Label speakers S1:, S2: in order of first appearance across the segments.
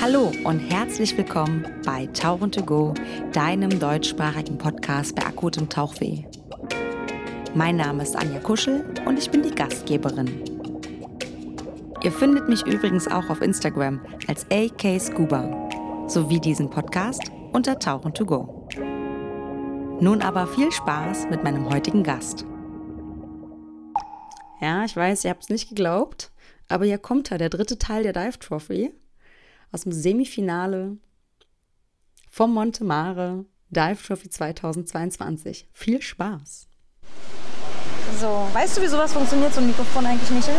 S1: Hallo und herzlich willkommen bei Tauchen to go, deinem deutschsprachigen Podcast bei akutem Tauchweh. Mein Name ist Anja Kuschel und ich bin die Gastgeberin. Ihr findet mich übrigens auch auf Instagram als AK Scuba sowie diesen Podcast unter Tauchen to go. Nun aber viel Spaß mit meinem heutigen Gast. Ja, ich weiß, ihr habt es nicht geglaubt, aber hier kommt ja der dritte Teil der Dive Trophy aus dem Semifinale vom Montemare Dive Trophy 2022. Viel Spaß!
S2: So, weißt du, wie sowas funktioniert, so ein Mikrofon eigentlich, Michel?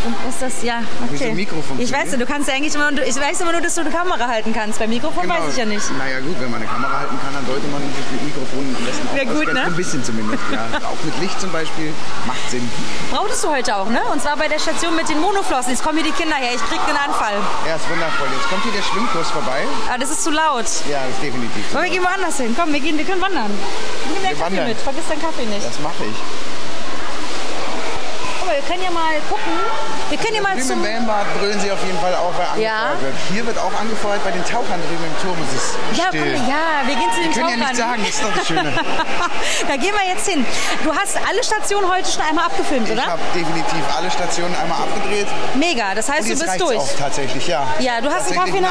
S2: Und ist das, ja, okay.
S3: Wie so ein Mikrofon
S2: Ich weiß ja, du kannst ja eigentlich immer, nur- ich weiß immer nur, dass du eine Kamera halten kannst. Beim Mikrofon
S3: Genau.
S2: weiß ich ja nicht.
S3: Naja gut, wenn man eine Kamera halten kann, dann sollte man sich mit Mikrofonen am besten auch
S2: Wär gut,
S3: auskennen.
S2: ne?
S3: Ein bisschen zumindest, ja. auch mit Licht zum Beispiel macht Sinn.
S2: Brauchtest du heute auch, ne? Und zwar bei der Station mit den Monoflossen. Jetzt kommen hier die Kinder her, ich krieg den Anfall.
S3: Ja, ist wundervoll. Jetzt kommt hier der Schwimmkurs vorbei.
S2: Ah, das ist zu laut.
S3: Ja, das ist definitiv. so.
S2: Komm, wir gehen woanders hin. Komm, wir, gehen, wir können wandern. Nimm deinen
S3: Wir
S2: Kaffee
S3: wandern.
S2: mit, vergiss deinen Kaffee nicht.
S3: Das mache ich.
S2: Aber wir können ja mal gucken. Wir können ja mal
S3: Drüben
S2: zum...
S3: im Wellenbad brüllen sie auf jeden Fall auch, weil
S2: Ja.
S3: angefeuert wird. Hier wird auch angefeuert bei den Tauchern drüben im Turm. Es ist
S2: Ja, komm,
S3: still.
S2: ja, wir gehen zu den
S3: Können ja
S2: Tauchern.
S3: nichts sagen, das ist doch das Schöne.
S2: da gehen wir jetzt hin. Du hast alle Stationen heute schon einmal abgefilmt,
S3: Ich
S2: oder?
S3: habe definitiv alle Stationen einmal abgedreht.
S2: Mega, das heißt,
S3: Und
S2: du Also bist
S3: jetzt reicht's
S2: durch.
S3: auch tatsächlich, ja.
S2: Ja, du hast einen Kaffee
S3: Tatsächlich
S2: in der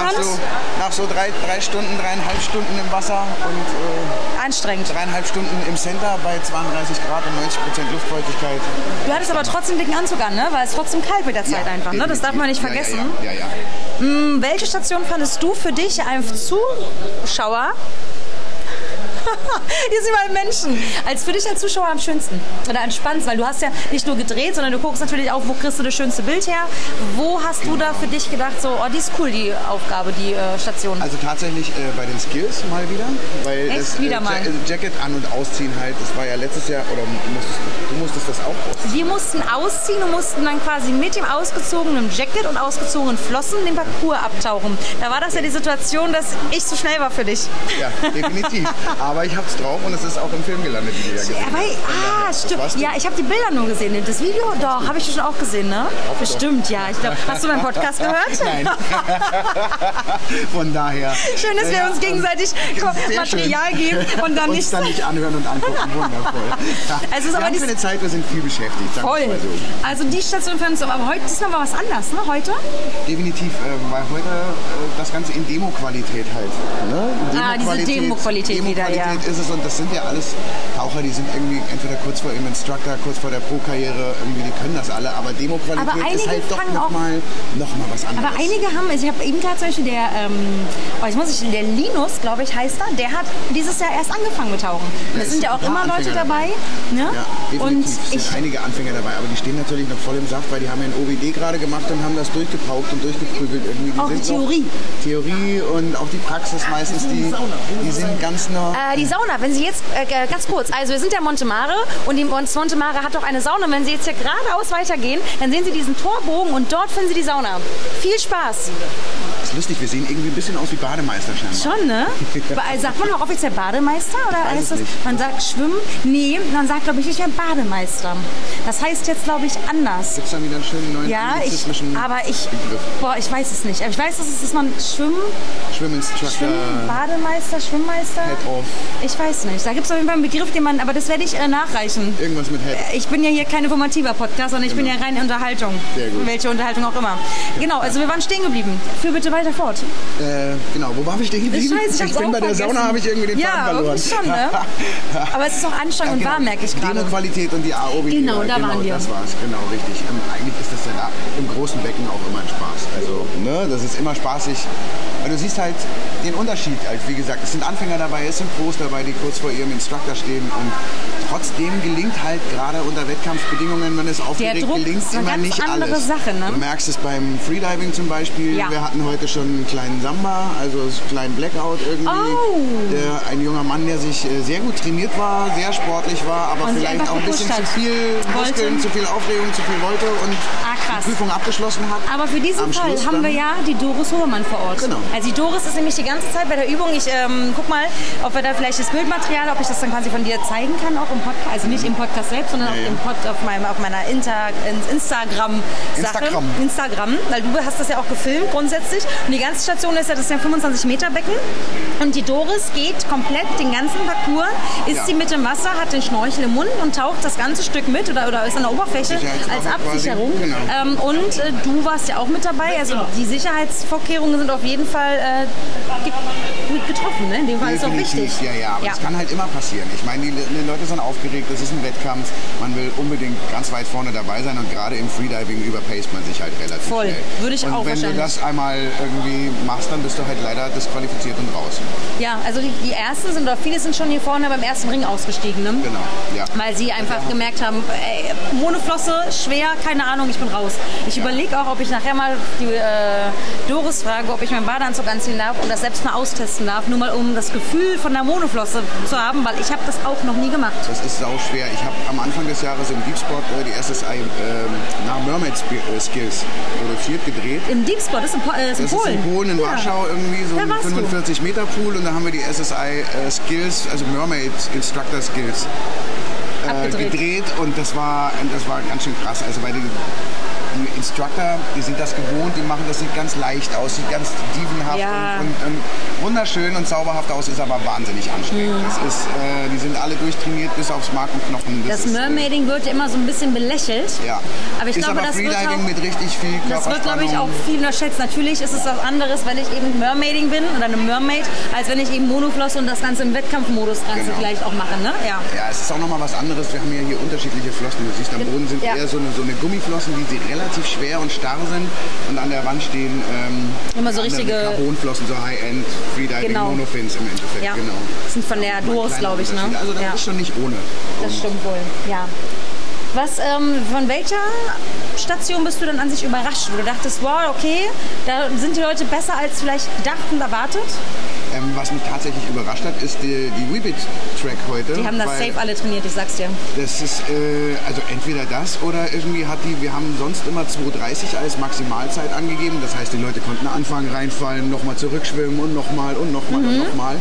S2: Hand?
S3: nach So, nach so drei, drei Stunden, dreieinhalb Stunden im Wasser und... Äh,
S2: Anstrengend.
S3: dreieinhalb Stunden im Center bei 32 Grad und 90 Prozent Luftfeuchtigkeit.
S2: Du hattest aber trotzdem dicken Anzug an, ne? Weil es trotzdem kalt mit der Zeit einfach, ne? Das darf man nicht
S3: Ja,
S2: vergessen.
S3: Ja, ja, ja. ja.
S2: Hm, Welche Station fandest du für dich als Zuschauer? Hier sind mal Menschen. Als für dich als Zuschauer am schönsten oder am spannendsten, weil du hast ja nicht nur gedreht, sondern du guckst natürlich auch, wo kriegst du das schönste Bild her. Wo hast du da für dich gedacht, so, oh, die ist cool, die Aufgabe, die äh, Station?
S3: Also tatsächlich äh, bei den Skills mal wieder, weil
S2: Echt?
S3: das
S2: Wieder
S3: Ja-
S2: mal?
S3: Jacket an und ausziehen halt, das war ja letztes Jahr oder musstest, du musstest das auch ausziehen.
S2: Wir mussten ausziehen und mussten dann quasi mit dem ausgezogenen Jacket und ausgezogenen Flossen den Parcours abtauchen. Da war das ja die Situation, dass ich zu schnell war für dich.
S3: Ja, definitiv. Aber ich hab's drauf und es ist auch im Film gelandet, wie du ja gesehen
S2: Aber, ah,
S3: hast.
S2: stimmt.
S3: warst du?
S2: Ja, ich habe die Bilder nur gesehen. Das Video, doch, habe ich schon auch gesehen, ne? Bestimmt, ja. Ich glaub, hast du meinen Podcast gehört?
S3: Nein. Von daher.
S2: Schön, dass wir
S3: Ja,
S2: uns
S3: und-
S2: gegenseitig
S3: Sehr schön.
S2: Material geben und dann
S3: Uns
S2: nicht.
S3: dann nicht anhören und angucken. Wundervoll.
S2: Es ist
S3: wir
S2: aber
S3: haben
S2: dies-
S3: keine Zeit, wir sind viel beschäftigt. sagen wir
S2: Voll.
S3: mal so.
S2: Also die Station fandest du, aber heute ist noch mal was anders, ne? Heute?
S3: Definitiv, äh, weil heute äh, das Ganze in Demo-Qualität halt. Ne?
S2: Ah, diese Demo-Qualität wieder, ja.
S3: Demo-Qualität ist es und das sind ja alles Taucher, die sind irgendwie entweder kurz vor ihrem Instructor, kurz vor der Pro-Karriere, irgendwie, die können das alle, aber
S2: Aber
S3: Demo-Qualität
S2: einige
S3: ist halt doch
S2: fangen auch-
S3: nochmal noch mal was anderes.
S2: Aber einige haben, also ich habe eben gerade zum Beispiel der, ähm, oh, jetzt muss ich, der Linus, glaube ich, heißt er, der hat dieses Jahr erst angefangen mit Tauchen. Und
S3: Ja,
S2: es
S3: es
S2: sind ja auch
S3: sind ein
S2: immer
S3: paar
S2: Leute
S3: Anfänger
S2: dabei. Ne?
S3: ja,
S2: und
S3: definitiv. es
S2: ich,
S3: sind einige Anfänger dabei, aber die stehen natürlich noch voll im Saft, weil die haben ja ein OBD gerade gemacht und haben das durchgepaukt und durchgeprügelt. Irgendwie. Die
S2: Auch die
S3: sind noch-
S2: Theorie.
S3: Theorie und auch die Praxis meistens, die, die sind ganz noch...
S2: äh, die Sauna, wenn Sie jetzt, äh, äh, ganz kurz, also wir sind ja Montemare und die Mont- Montemare hat doch eine Sauna. Und wenn Sie jetzt hier geradeaus weitergehen, dann sehen Sie diesen Torbogen und dort finden Sie die Sauna. Viel Spaß.
S3: ist lustig, wir sehen irgendwie ein bisschen aus wie Bademeister scheinbar.
S2: Schon, ne? Ba- Sagt man auch offiziell Bademeister oder
S3: weiß
S2: heißt
S3: es
S2: das,
S3: nicht.
S2: man sagt Schwimmen? Nee, man sagt, glaube ich, nicht mehr Bademeister. Das heißt jetzt, glaube ich, anders.
S3: Gibt es dann wieder einen schönen neuen
S2: Ja, ich,
S3: anglizistischen
S2: aber ich,
S3: Begriff?
S2: boah, ich weiß es nicht. Aber ich weiß, dass es dass man Schwimmen,
S3: Schwimminstructor,
S2: Schwimmen, Bademeister, Schwimmmeister.
S3: Head off,
S2: Ich weiß nicht. Da gibt es auf jeden Fall einen Begriff, den man, aber das werde ich äh, nachreichen.
S3: irgendwas mit Head. Genau.
S2: Ich bin ja hier kein informativer Podcast, sondern ich bin ja rein Unterhaltung.
S3: Sehr gut.
S2: Welche Unterhaltung auch immer. Genau, also wir waren stehen geblieben. Führ bitte weiter fort.
S3: Äh, genau, wo war ich denn geblieben?
S2: Scheiße, ich hab's
S3: ich bin
S2: auch
S3: bei der
S2: vergessen.
S3: Sauna, habe ich irgendwie den
S2: Ja,
S3: Faden verloren. genau.
S2: irgendwie schon, ne? Aber es ist auch anstrengend und warm, merke ich gerade.
S3: Demo-Qualität und die AOB.
S2: Genau, da
S3: genau,
S2: waren wir.
S3: Das war es, genau, richtig. Ähm, eigentlich ist das ja da im großen Becken auch immer ein Spaß. Also, ne, das ist immer spaßig. Weil du siehst halt den Unterschied. Also, wie gesagt, es sind Anfänger dabei, es sind Pros dabei, die kurz vor ihrem Instructor stehen. Und trotzdem gelingt halt gerade unter Wettkampfbedingungen, wenn es aufgeregt
S2: Druck
S3: gelingt,
S2: ist eine
S3: immer
S2: ganz
S3: nicht
S2: andere
S3: alles.
S2: Sache, ne?
S3: Du merkst es beim Freediving zum Beispiel.
S2: Ja.
S3: Wir hatten heute schon einen kleinen Samba, also einen kleinen Blackout irgendwie.
S2: Oh.
S3: Der, ein junger Mann, der sich äh, sehr gut trainiert war, sehr sportlich war, aber
S2: Und sie
S3: vielleicht
S2: einfach
S3: auch ein
S2: gepusht
S3: bisschen
S2: hat.
S3: zu viel
S2: Wollte.
S3: Muskeln, zu viel Aufregung, zu viel wollte und
S2: Ah, krass.
S3: die Prüfung abgeschlossen hat.
S2: Aber für diesen
S3: Am
S2: Fall
S3: Schluss
S2: haben wir
S3: dann-
S2: ja die Doris Hohmann vor Ort.
S3: Genau.
S2: Also die Doris ist nämlich die ganze Zeit bei der Übung. Ich ähm, guck mal, ob wir da vielleicht das Bildmaterial, ob ich das dann quasi von dir zeigen kann, auch im Podcast. Also nicht im Podcast selbst, sondern auf,
S3: ja.
S2: dem Pod, auf, meinem, auf meiner Inter, in- Instagram-Sache.
S3: Instagram.
S2: Instagram, weil du hast das ja auch gefilmt grundsätzlich. Und die ganze Station ist ja das ist ja ein 25 Meter Becken. Und die Doris geht komplett den ganzen Parcours, ist
S3: Ja.
S2: sie mit im Wasser, hat den Schnorchel im Mund und taucht das ganze Stück mit oder, oder ist an der Oberfläche
S3: Sicherheitswaffe
S2: als
S3: quasi,
S2: Absicherung.
S3: genau.
S2: Ähm, und äh, du warst ja auch mit dabei. Also die Sicherheitsvorkehrungen sind auf jeden Fall äh, ge- gut getroffen. Ne? In dem Fall ist es auch
S3: Definitiv,
S2: wichtig.
S3: Ja, ja, aber das kann halt immer passieren. Ich meine, die, Le- die Leute sind aufgeregt, es ist ein Wettkampf, man will unbedingt ganz weit vorne dabei sein und gerade im Freediving überpaced man sich halt relativ
S2: Voll.
S3: schnell.
S2: Würde ich
S3: und
S2: auch
S3: wenn du
S2: wahrscheinlich.
S3: das einmal irgendwie machst, dann bist du halt leider disqualifiziert und raus.
S2: Ja, also die, die ersten sind oder viele sind schon hier vorne beim ersten Ring ausgestiegen. Ne?
S3: Genau, ja.
S2: Weil sie einfach gemerkt haben, ey, Monoflosse, schwer, keine Ahnung, ich bin raus. Ich überlege auch, ob ich nachher mal die äh, Doris frage, ob ich meinen Badeanzug anziehen darf und das selbst mal austesten darf, nur mal um das Gefühl von der Monoflosse zu haben, weil ich habe das auch noch nie gemacht.
S3: Das ist sau schwer. Ich habe am Anfang des Jahres im Deep Sport äh, die SSI ähm, nach Mermaid Sp- äh, Skills produziert, gedreht.
S2: Im Deep Spot, das ist in, Po- äh, das ist
S3: Das
S2: in Polen.
S3: ist in Polen, in
S2: Ja.
S3: Warschau irgendwie so
S2: Da
S3: ein
S2: warst du.
S3: 45 Meter Pool und da haben wir die SSI äh, Skills, also Mermaid Instructor Skills äh,
S2: Abgedreht.
S3: gedreht und das war, und das war ganz schön krass. Also weil die, die Instructor, die sind das gewohnt, die machen das sieht ganz leicht aus, sieht ganz dievenhaft
S2: Ja.
S3: und, und, und wunderschön und zauberhaft aus, ist aber wahnsinnig
S2: Mhm.
S3: anstrengend. Das ist, äh, die sind alle durchtrainiert bis aufs Mark und Knochen.
S2: Das
S3: ist, äh,
S2: Mermaiding wird ja immer so ein bisschen belächelt.
S3: ja.
S2: Aber ich
S3: ist
S2: glaube,
S3: aber
S2: das wird
S3: Freediving
S2: auch-
S3: mit richtig viel
S2: Das wird, glaube ich,
S3: Körperspannung.
S2: auch viel unterschätzt. Natürlich ist es was anderes, wenn ich eben Mermaiding bin oder eine Mermaid, als wenn ich eben Monoflosse und das Ganze im Wettkampfmodus Ganze
S3: Genau.
S2: vielleicht auch mache. Ne? Ja.
S3: Ja, es ist auch nochmal was anderes. Wir haben ja hier unterschiedliche Flossen. Du siehst, am Boden sind
S2: Genau. Ja.
S3: eher so eine, so eine Gummiflossen, die sie relativ schwer und starr sind. Und an der Wand stehen ähm,
S2: Immer so
S3: andere
S2: richtige-
S3: Carbonflossen, so High-End, Freediving,
S2: Genau.
S3: Monofins im Endeffekt.
S2: Ja.
S3: Genau.
S2: Das sind von der
S3: Mal
S2: Doris,
S3: kleiner
S2: glaube ich. Ne?
S3: Unterschied. Also das
S2: ja.
S3: ist schon nicht ohne.
S2: das
S3: Und
S2: stimmt wohl. Ja. Was, ähm, von welcher Station bist du denn an sich überrascht? Wo du dachtest, wow, okay, da sind die Leute besser als vielleicht gedacht und erwartet.
S3: ähm, was mich tatsächlich überrascht hat, ist die, die Weebit-Track heute.
S2: Die haben das
S3: weil
S2: safe alle trainiert, ich sag's dir.
S3: Das ist äh, also entweder das oder irgendwie hat die, wir haben sonst immer 2.30 als Maximalzeit angegeben. Das heißt, die Leute konnten anfangen, reinfallen, nochmal zurückschwimmen und nochmal und nochmal
S2: Mhm.
S3: und nochmal.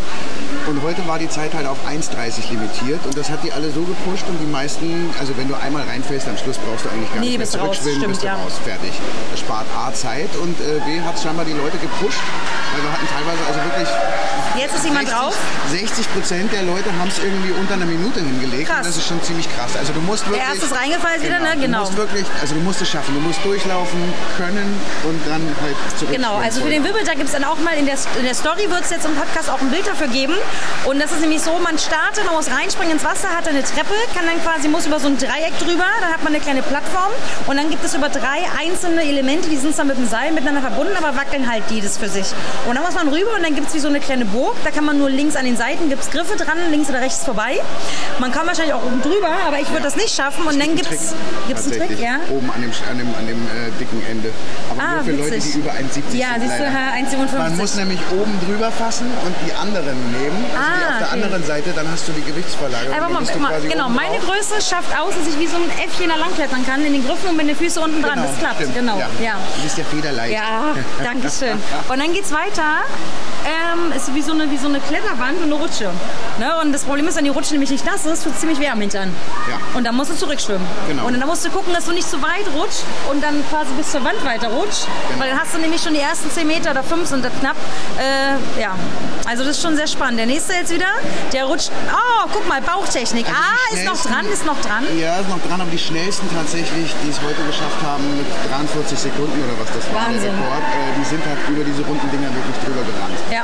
S3: Und heute war die Zeit halt auf 1.30 limitiert und das hat die alle so gepusht und die meisten, also wenn du einmal reinfällst, am Schluss brauchst du eigentlich gar
S2: Nee,
S3: nicht mehr
S2: bist raus,
S3: zurückschwimmen,
S2: stimmt,
S3: bist du
S2: ja.
S3: raus, fertig. Das spart A Zeit und äh, B hat scheinbar die Leute gepusht, weil wir hatten teilweise also wirklich
S2: Jetzt ist jemand drauf.
S3: 60 Prozent der Leute haben es irgendwie unter einer Minute hingelegt.
S2: Krass.
S3: Und das ist schon ziemlich krass. Also du musst wirklich.
S2: erste ist reingefallen wieder, ne? Genau.
S3: Du musst wirklich, also du musst es schaffen. Du musst durchlaufen können und dann halt zurück.
S2: Genau, also für den Wirbel, da gibt es dann auch mal in der, in der Story, wird es jetzt im Podcast auch ein Bild dafür geben. Und das ist nämlich so, man startet, man muss reinspringen ins Wasser, hat dann eine Treppe, kann dann quasi, muss über so ein Dreieck drüber, dann hat man eine kleine Plattform und dann gibt es über drei einzelne Elemente, die sind zwar mit dem Seil miteinander verbunden, aber wackeln halt jedes für sich. Und dann muss man rüber und dann gibt es wie so eine kleine Burg, da kann man nur links an den Seiten, gibt es Griffe dran, links oder rechts vorbei. Man kann wahrscheinlich auch oben drüber, aber ich würde das nicht schaffen. Und dann gibt es einen Trick, ja?
S3: Oben an dem, an dem, an dem äh, dicken Ende. Aber
S2: Ah,
S3: nur für Leute,
S2: witzig.
S3: die über 1,70
S2: Ja,
S3: sind.
S2: siehst du,
S3: leider.
S2: ha, 1,57.
S3: Man muss nämlich oben drüber fassen und die anderen nehmen. Also die
S2: Ah,
S3: auf der
S2: okay.
S3: anderen Seite, dann hast du die Gewichtsverlagerung.
S2: Einfach
S3: Dann
S2: mal,
S3: bist du
S2: mal
S3: quasi
S2: genau,
S3: oben
S2: meine
S3: drauf.
S2: Größe schafft aus, dass ich wie so ein Äffchen da langklettern kann, in den Griffen und mit den Füßen unten dran.
S3: Genau,
S2: das klappt,
S3: stimmt.
S2: genau.
S3: Ja.
S2: Ja,
S3: Du bist ja federleicht.
S2: ja. danke schön. Und dann geht's weiter. Ähm, ist wie so, eine, wie so eine Kletterwand und eine Rutsche. Ne? Und das Problem ist, wenn die Rutsche nämlich nicht nass ist, tut ziemlich weh am Hintern.
S3: Ja.
S2: Und dann musst du zurückschwimmen.
S3: Genau.
S2: Und dann musst du gucken, dass du nicht zu weit rutscht und dann quasi bis zur Wand weiter rutscht.
S3: Genau.
S2: Weil dann hast du nämlich schon die ersten 10 Meter oder 5 sind das knapp. Äh, ja, also das ist schon sehr spannend. Der nächste jetzt wieder, der rutscht. Oh, guck mal, Bauchtechnik.
S3: Also
S2: ah,
S3: die
S2: ist noch
S3: schnellsten-
S2: dran, ist noch dran.
S3: Ja, ist noch dran, aber die schnellsten tatsächlich, die es heute geschafft haben, mit 43 Sekunden oder was das war,
S2: Wahnsinn.
S3: der Rekord, äh, die sind halt über diese runden Dinger wirklich drüber gerannt.
S2: Ja.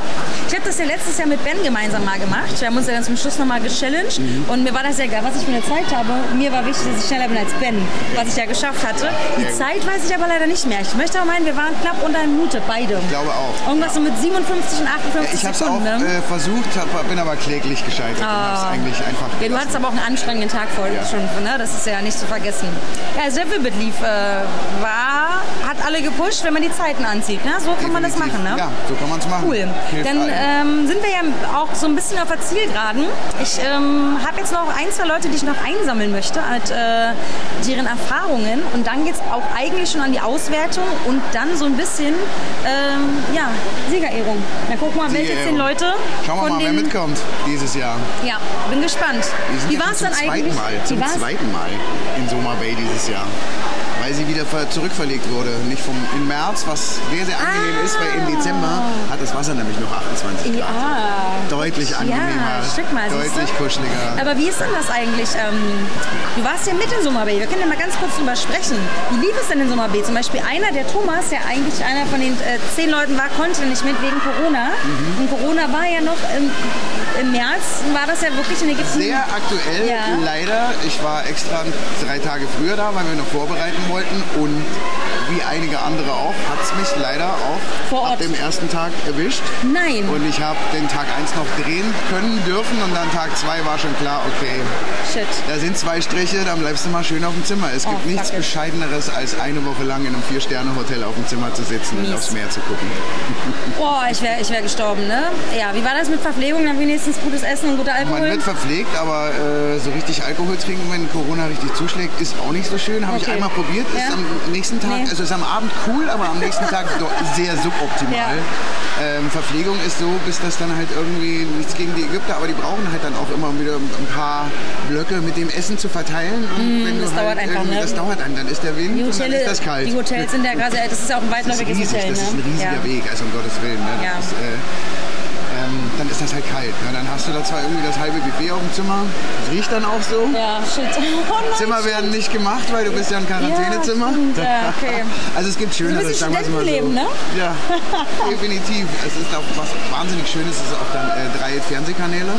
S2: Ich habe das ja letztes Jahr mit Ben gemeinsam mal gemacht. Wir haben uns ja dann zum Schluss nochmal gechallenged.
S3: Mhm.
S2: Und mir war das ja egal, was ich für eine Zeit habe. Mir war wichtig, dass ich schneller bin als Ben, was ich ja geschafft hatte. Die
S3: Sehr gut.
S2: Zeit weiß ich aber leider nicht mehr. Ich möchte aber meinen, wir waren knapp unter einer Minute, beide.
S3: Ich glaube auch.
S2: Irgendwas so mit 57 und
S3: Ja,
S2: 58
S3: Ich habe es auch
S2: Oh, Sekunden. ne? Ah.
S3: äh, versucht, aber, bin aber kläglich gescheitert und hab's eigentlich einfach
S2: Ja, du
S3: gelassen.
S2: hattest aber auch einen anstrengenden Tag vor
S3: Ja.
S2: schon, ne? Das ist ja nicht zu vergessen. Ja, sehr Vivid lief äh, war, hat alle gepusht, wenn man die Zeiten anzieht, ne? So kann man das
S3: Definitiv.
S2: machen, ne?
S3: Ja, so kann man es machen.
S2: Cool.
S3: Hilft
S2: Dann
S3: allen.
S2: ähm, sind wir ja auch so ein bisschen auf der Zielgeraden. Ich ähm, habe jetzt noch ein, zwei Leute, die ich noch einsammeln möchte, mit äh, deren Erfahrungen. Und dann geht es auch eigentlich schon an die Auswertung und dann so ein bisschen, ähm, ja, Siegerehrung. Dann gucken wir mal, welche
S3: Siegerehrung.
S2: zehn Leute
S3: ähm, Schauen wir
S2: von
S3: mal, wer
S2: den...
S3: mitkommt dieses Jahr.
S2: Ja, bin gespannt.
S3: Wir sind
S2: Wie
S3: jetzt
S2: war es
S3: zum
S2: dann
S3: zweiten
S2: eigentlich?
S3: Mal, zum
S2: Wie war's?
S3: zweiten Mal in Soma Bay dieses Jahr. Weil sie wieder ver- zurückverlegt wurde. Nicht vom im März, was sehr, sehr angenehm
S2: Ah.
S3: ist, weil im Dezember hat das Wasser nämlich noch 28 Grad.
S2: Ja.
S3: Deutlich angenehmer,
S2: schick mal, siehst du?
S3: deutlich kuscheliger.
S2: Aber wie ist denn das eigentlich? Ähm, du warst ja mit in Summer Bay. Wir können ja mal ganz kurz drüber sprechen. Wie lief es denn in Summer Bay? Zum Beispiel einer, der Thomas, der eigentlich einer von den äh, zehn Leuten war, konnte nicht mit wegen Corona.
S3: Mhm.
S2: Und Corona war ja noch im, im März, war das ja wirklich in Ägypten.
S3: Sehr aktuell,
S2: Ja.
S3: leider. Ich war extra drei Tage früher da, weil wir noch vorbereiten wollten. Und wie einige andere auch, hat es mich leider auch
S2: Vor
S3: ab
S2: Ort.
S3: dem ersten Tag erwischt.
S2: Nein.
S3: Und ich habe den Tag 1 noch drehen können dürfen und dann Tag 2 war schon klar, okay,
S2: Shit.
S3: da sind zwei Striche, dann bleibst du mal schön auf dem Zimmer. Es gibt
S2: Oh,
S3: nichts
S2: fuck it.
S3: Bescheideneres, als eine Woche lang in einem Vier-Sterne-Hotel auf dem Zimmer zu sitzen und
S2: Mies.
S3: aufs Meer zu gucken.
S2: Boah, ich wäre ich wär gestorben, ne? Ja, wie war das mit Verpflegung? Dann wenigstens gutes Essen und guter
S3: Man
S2: Alkohol?
S3: wird verpflegt, aber äh, so richtig Alkohol trinken, wenn Corona richtig zuschlägt, ist auch nicht so schön. Habe ich
S2: Okay.
S3: einmal probiert, ist
S2: Ja?
S3: am nächsten Tag,
S2: Nee.
S3: also ist am Abend cool, aber am nächsten Tag doch sehr suboptimal. Ähm, Verpflegung ist so, bis das dann halt irgendwie nichts gegen die Ägypter, aber die brauchen halt dann auch immer wieder ein paar Blöcke mit dem Essen zu verteilen. Und wenn
S2: das
S3: du
S2: dauert
S3: halt
S2: einfach,
S3: irgendwie-
S2: ne?
S3: Das dauert einen, dann ist der Wind
S2: Die,
S3: und dann
S2: Hotelle-
S3: ist das kalt.
S2: die Hotels sind ja gerade, das ist ja auch ein
S3: Das ist
S2: weitläufiges
S3: riesig,
S2: Hotel.
S3: das ist
S2: ne?
S3: ein
S2: ja.
S3: riesiger Weg, also um Gottes Willen. Ne?
S2: Ja.
S3: Das ist, äh, ähm, dann ist das halt kalt. Ne? Dann hast du da zwar irgendwie das halbe Buffet auf dem Zimmer, das riecht dann auch so.
S2: Ja, shit. Oh nein,
S3: Zimmer werden nicht gemacht, weil du bist ja ein Quarantänezimmer.
S2: Ja, stimmt. Ja, äh, okay.
S3: Also es gibt
S2: ein
S3: Schöneres,
S2: bisschen
S3: sagen wir es mal so.
S2: Studentenleben, ne?
S3: Ja, definitiv. Es ist auch was wahnsinnig Schönes. Es ist auch dann äh, drei Fernsehkanäle.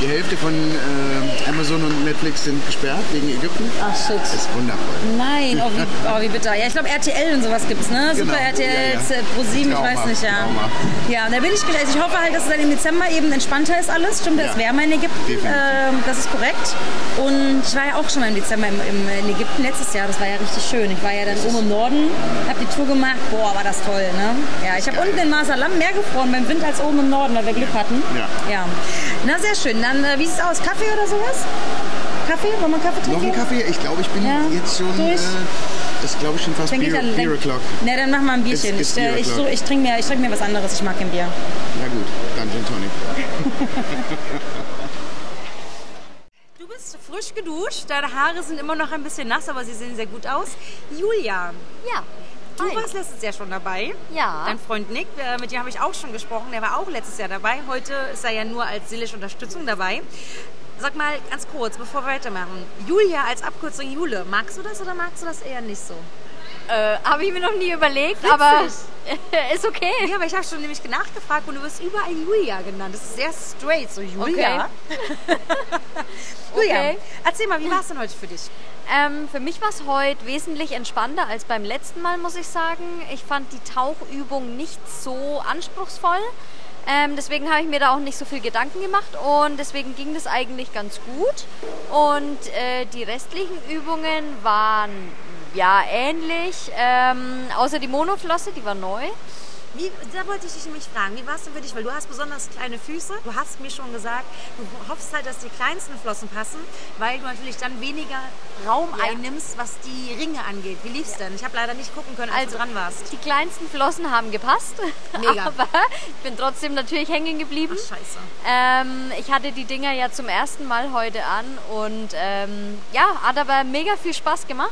S3: Die Hälfte von äh, Amazon und Netflix sind gesperrt wegen Ägypten.
S2: Ach, shit.
S3: Das ist wundervoll.
S2: Nein, oh wie, oh, wie bitter. Ja, ich glaube RTL und sowas gibt's, ne?
S3: Genau,
S2: Super RTL,
S3: ja, ja.
S2: Z- ProSieben, ich weiß
S3: Trauma,
S2: nicht, ja.
S3: Trauma.
S2: Ja, und da bin ich gespannt. Also ich hoffe halt, dass es dann im Dezember eben entspannter ist alles. Stimmt, das
S3: Ja.
S2: wärmer in Ägypten.
S3: Definitiv.
S2: Ähm, das ist korrekt. Und ich war ja auch schon mal im Dezember im, im, äh, in Ägypten letztes Jahr. Das war ja richtig schön. Ich war ja dann oben im Norden, habe die Tour gemacht. Boah, war das toll, ne? Ja, ich habe
S3: Geil.
S2: unten in Masalam mehr gefroren beim Wind als oben im Norden, weil wir Glück hatten.
S3: Ja.
S2: ja. Na, sehr schön. Dann, äh, wie sieht's aus? Kaffee oder sowas? Kaffee? Wollen wir Kaffee
S3: Noch
S2: trinken?
S3: ein Kaffee? Ich glaube, ich bin
S2: Ja,
S3: jetzt schon,
S2: durch.
S3: äh, das glaube ich schon fast
S2: Dann
S3: Beer,
S2: geht dann,
S3: Beer
S2: dann,
S3: O'Clock.
S2: Na, dann mach mal ein Bierchen.
S3: Ist- ist
S2: ich
S3: Beer
S2: äh, ich,
S3: O'Clock.
S2: so, ich trinke mir, ich trink mir was anderes. Ich mag kein Bier.
S3: Na gut, dann Gin Tonic.
S2: Du bist frisch geduscht. Deine Haare sind immer noch ein bisschen nass, aber sie sehen sehr gut aus. Julia,
S4: Ja.
S2: du
S4: Hi.
S2: warst letztes Jahr schon dabei.
S4: Ja.
S2: Dein Freund Nick, äh, mit dem habe ich auch schon gesprochen. Der war auch letztes Jahr dabei. Heute ist er ja nur als seelische Unterstützung dabei. Sag mal ganz kurz, bevor wir weitermachen. Julia als Abkürzung Jule. Magst du das oder magst du das eher nicht so?
S4: Äh, Habe ich mir noch nie überlegt, aber ist okay.
S2: Ja, aber ich habe schon nämlich nachgefragt und du wirst überall Julia genannt. Das ist sehr straight, so Julia.
S4: Julia.
S2: Julia,
S4: Okay.
S2: erzähl mal, wie war es denn heute für dich?
S4: Ähm, für mich war es heute wesentlich entspannter als beim letzten Mal, muss ich sagen. Ich fand die Tauchübung nicht so anspruchsvoll. Ähm, deswegen habe ich mir da auch nicht so viel Gedanken gemacht und deswegen ging das eigentlich ganz gut. Und äh, die restlichen Übungen waren ja ähnlich, ähm, außer die Monoflosse, die war neu.
S2: Wie, da wollte ich dich nämlich fragen, wie war es denn für dich? Weil du hast besonders kleine Füße. Du hast mir schon gesagt, du hoffst halt, dass die kleinsten Flossen passen, weil du natürlich dann weniger Raum einnimmst, was die Ringe angeht. Wie lief's denn? Ich habe leider nicht gucken können, als
S4: Also-
S2: du dran warst.
S4: Die kleinsten Flossen haben gepasst,
S2: Mega.
S4: aber ich bin trotzdem natürlich hängen geblieben.
S2: Ach, scheiße.
S4: Ähm, ich hatte die Dinger ja zum ersten Mal heute an und ähm, ja, hat aber mega viel Spaß gemacht.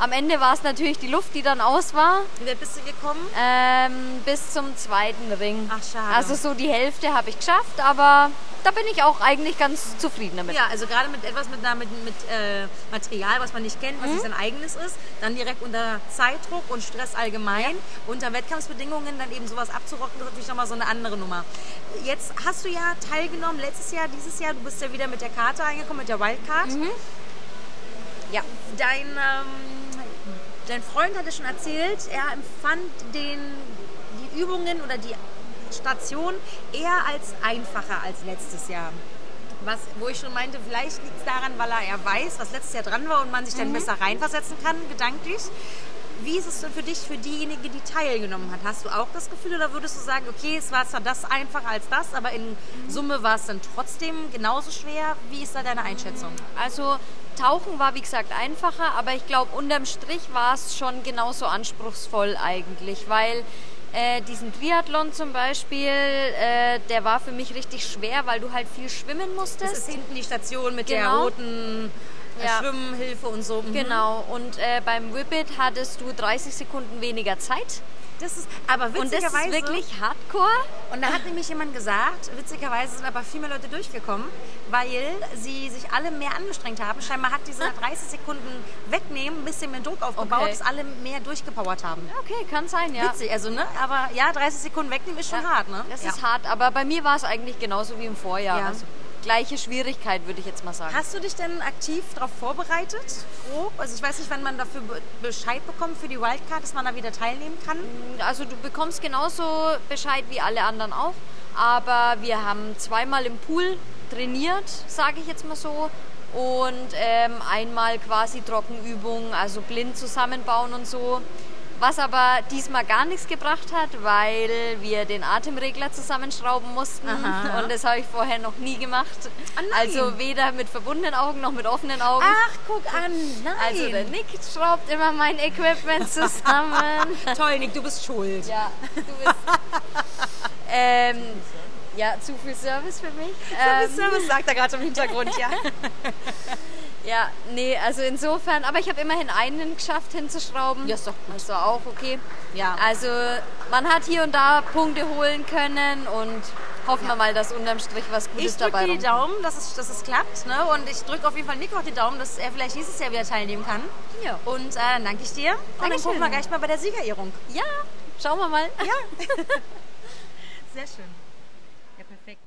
S4: Am Ende war es natürlich die Luft, die dann aus war,
S2: Wie weit bist du gekommen?
S4: ähm, bis zum zweiten Ring.
S2: Ach, schade.
S4: Also so die Hälfte habe ich geschafft, aber da bin ich auch eigentlich ganz zufrieden damit.
S2: Ja, also gerade mit etwas mit, einer- mit, mit äh, Material, was man nicht kennt, was nicht sein eigenes ist, dann direkt unter Zeitdruck und Stress allgemein, unter Wettkampfsbedingungen dann eben sowas abzurocken, das ist natürlich nochmal so eine andere Nummer. Jetzt hast du ja teilgenommen, letztes Jahr, dieses Jahr, du bist ja wieder mit der Karte eingekommen, mit der Wildcard. Ja, dein, ähm, dein Freund hatte schon erzählt, er empfand den, die Übungen oder die Station eher als einfacher als letztes Jahr. Was, wo ich schon meinte, vielleicht liegt es daran, weil er ja weiß, was letztes Jahr dran war und man sich dann besser reinversetzen kann, gedanklich. Wie ist es denn für dich, für diejenige, die teilgenommen hat? Hast du auch das Gefühl oder würdest du sagen, okay, es war zwar das einfacher als das, aber in Summe war es dann trotzdem genauso schwer? Wie ist da deine Einschätzung?
S4: Also Tauchen war wie gesagt einfacher, aber ich glaube unterm Strich war es schon genauso anspruchsvoll eigentlich, weil äh, diesen Triathlon zum Beispiel, äh, der war für mich richtig schwer, weil du halt viel schwimmen
S2: Das ist
S4: musstest.
S2: hinten die Station mit der
S4: Genau.
S2: roten äh,
S4: Ja.
S2: Schwimmhilfe und so. Mhm.
S4: Genau, und äh, beim Whippet hattest du 30 Sekunden weniger Zeit.
S2: Das ist, aber
S4: Und das
S2: witzigerweise,
S4: ist wirklich hardcore.
S2: Und da hat nämlich jemand gesagt, witzigerweise sind aber viel mehr Leute durchgekommen, weil sie sich alle mehr angestrengt haben. Scheinbar hat diese 30 Sekunden wegnehmen ein bisschen mehr Druck aufgebaut,
S4: Ah. Okay.
S2: dass alle mehr durchgepowert haben.
S4: Okay, kann sein, ja.
S2: Witzig, also ne? Aber ja, 30 Sekunden wegnehmen ist schon
S4: Ja,
S2: hart, ne?
S4: Das
S2: ja.
S4: ist hart, aber bei mir war es eigentlich genauso wie im Vorjahr.
S2: Ja.
S4: Also gleiche Schwierigkeit, würde ich jetzt mal sagen.
S2: Hast du dich denn aktiv darauf vorbereitet? Grob? Also ich weiß nicht, wann man dafür be- Bescheid bekommt für die Wildcard, dass man da wieder teilnehmen kann.
S4: Also du bekommst genauso Bescheid wie alle anderen auch, aber wir haben zweimal im Pool trainiert, sage ich jetzt mal so. Und ähm, einmal quasi Trockenübungen, also blind zusammenbauen und so. Was aber diesmal gar nichts gebracht hat, weil wir den Atemregler zusammenschrauben mussten.
S2: Aha.
S4: Und das habe ich vorher noch nie gemacht.
S2: Ah, nein.
S4: also weder mit verbundenen Augen noch mit offenen Augen.
S2: Ach, guck an, nein.
S4: also der Nick schraubt immer mein Equipment zusammen.
S2: Toll, Nick, du bist schuld.
S4: Ja, du bist. ähm, ja, zu viel Service für mich. Ähm,
S2: Service sagt er gerade im Hintergrund, ja.
S4: ja, nee, also insofern, aber ich habe immerhin einen geschafft hinzuschrauben.
S2: Ja, ist doch
S4: gut. Das war auch okay.
S2: Ja.
S4: Also man hat hier und da Punkte holen können und hoffen wir mal, dass unterm Strich was Gutes
S2: Ich drücke
S4: dabei
S2: die
S4: rumkommt.
S2: Daumen, dass es, dass es klappt. Ne? Und ich drücke auf jeden Fall Nico auch die Daumen, dass er vielleicht nächstes Jahr wieder teilnehmen kann.
S4: Ja.
S2: Und äh, dann danke ich dir. Und dann
S4: Dankeschön.
S2: gucken wir gleich mal bei der Siegerehrung.
S4: Ja, schauen wir mal.
S2: Sehr schön. Ja, perfekt.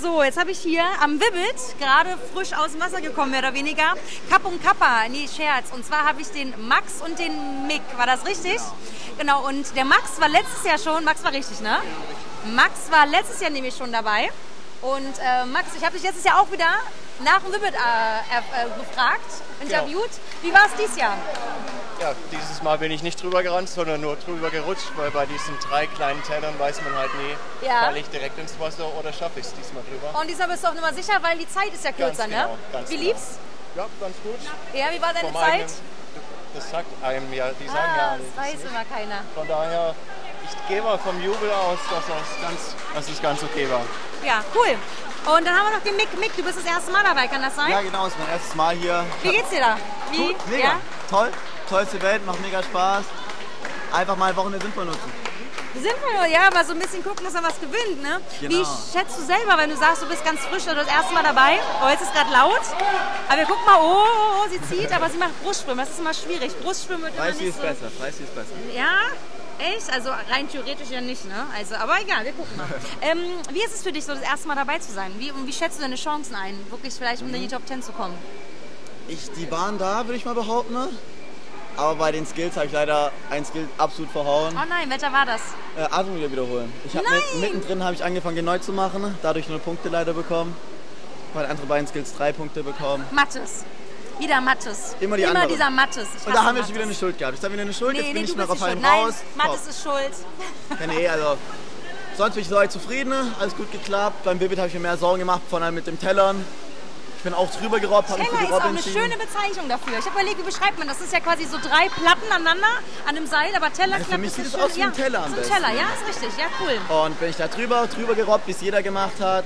S2: So, jetzt habe ich hier am Wibbit, gerade frisch aus dem Wasser gekommen, mehr oder weniger, Kapp und Kappa, nee, Scherz. Und zwar habe ich den Max und den Mick, war das richtig? Genau, und der Max war letztes Jahr schon, Max war richtig, ne? Max war letztes Jahr nämlich schon dabei. Und äh, Max, ich habe dich letztes Jahr auch wieder nach dem Wibbit äh, er- äh, gefragt, interviewt. Wie war es dieses Jahr?
S5: Ja, dieses Mal bin ich nicht drüber gerannt, sondern nur drüber gerutscht, weil bei diesen drei kleinen Tälern weiß man halt nie,
S2: Ja.
S5: falle ich direkt ins Wasser oder schaffe ich es diesmal drüber.
S2: Und diesmal bist du auch nochmal sicher, weil die Zeit ist ja
S5: Ganz
S2: kürzer, ne?
S5: genau, ganz
S2: Wie
S5: genau.
S2: lief's?
S5: Ja, ganz gut.
S2: Ja, wie war deine
S5: Vom
S2: Zeit?
S5: eigenen- das sagt einem ja, die sagen ja
S2: Ah,
S5: alles.
S2: das weiß immer keiner.
S5: Von daher, ich gehe mal vom Jubel aus, dass es ganz, dass es ganz okay war.
S2: Ja, cool. Und dann haben wir noch den Mick. Mick, du bist das erste Mal dabei, kann das sein?
S6: Ja, genau, ist mein erstes Mal hier.
S2: Wie geht's dir da? Wie?
S6: Gut, mega.
S2: Ja?
S6: Toll, tollste Welt, macht mega Spaß. Einfach mal Wochenende sinnvoll nutzen.
S2: Sinnvoll, ja, aber so ein bisschen gucken, dass er was gewinnt, ne? Wie
S6: Genau.
S2: schätzt du selber, wenn du sagst, du bist ganz frisch oder das erste Mal dabei? Oh, jetzt ist gerade laut. Aber wir gucken mal, oh, oh, oh, sie zieht, aber sie macht Brustschwimmen. Das ist immer schwierig. Brustschwimmen wird immer
S6: Weißt du, wie
S2: nicht
S6: ist
S2: so...
S6: besser? Weißt du, wie ist besser?
S2: Ja? Echt? Also rein theoretisch ja nicht, ne? Also, aber egal, wir gucken mal. ähm, wie ist es für dich, so das erste Mal dabei zu sein? Wie, und wie schätzt du deine Chancen ein, wirklich vielleicht um in die
S6: Mhm.
S2: Top 10 zu kommen?
S6: Ich, die waren da, würde ich mal behaupten. ne? Aber bei den Skills habe ich leider ein Skill absolut verhauen.
S2: Oh nein, welcher war das?
S6: Äh, Atmung wieder wiederholen. Ich hab mit, mittendrin habe ich angefangen, den neu zu machen. Dadurch nur Punkte leider bekommen. Bei den anderen beiden Skills drei Punkte bekommen.
S2: Mattes. Wieder Mattes.
S6: Immer die
S2: Immer
S6: andere.
S2: dieser Mattes. Ich hasse
S6: Und da haben wir
S2: Mattes.
S6: schon wieder eine Schuld gehabt. Jetzt haben wir wieder eine Schuld,
S2: Nee,
S6: jetzt
S2: nee,
S6: bin
S2: du
S6: ich
S2: bist
S6: noch auf
S2: nicht schuld.
S6: einen
S2: Nein,
S6: raus.
S2: Mattes ist schuld.
S6: Ja, nee, also sonst bin ich soweit zufrieden, alles gut geklappt. Beim Bibit habe ich mir mehr Sorgen gemacht, vor allem mit dem Tellern. Ich bin auch drüber gerobbt, habe mich für
S2: Teller ist
S6: die
S2: auch
S6: Robbe
S2: eine
S6: entschieden.
S2: schöne Bezeichnung dafür. Ich habe überlegt, wie beschreibt man das? Das ist ja quasi so drei Platten aneinander an einem Seil, aber Teller
S6: Also für
S2: klappt
S6: mich
S2: ist
S6: sieht es
S2: schön.
S6: aus wie ein Teller am
S2: so ein
S6: besten. Oh,
S2: Teller, ja, ist richtig. Ja, cool.
S6: Und bin ich da drüber, drüber gerobbt, wie es jeder gemacht hat.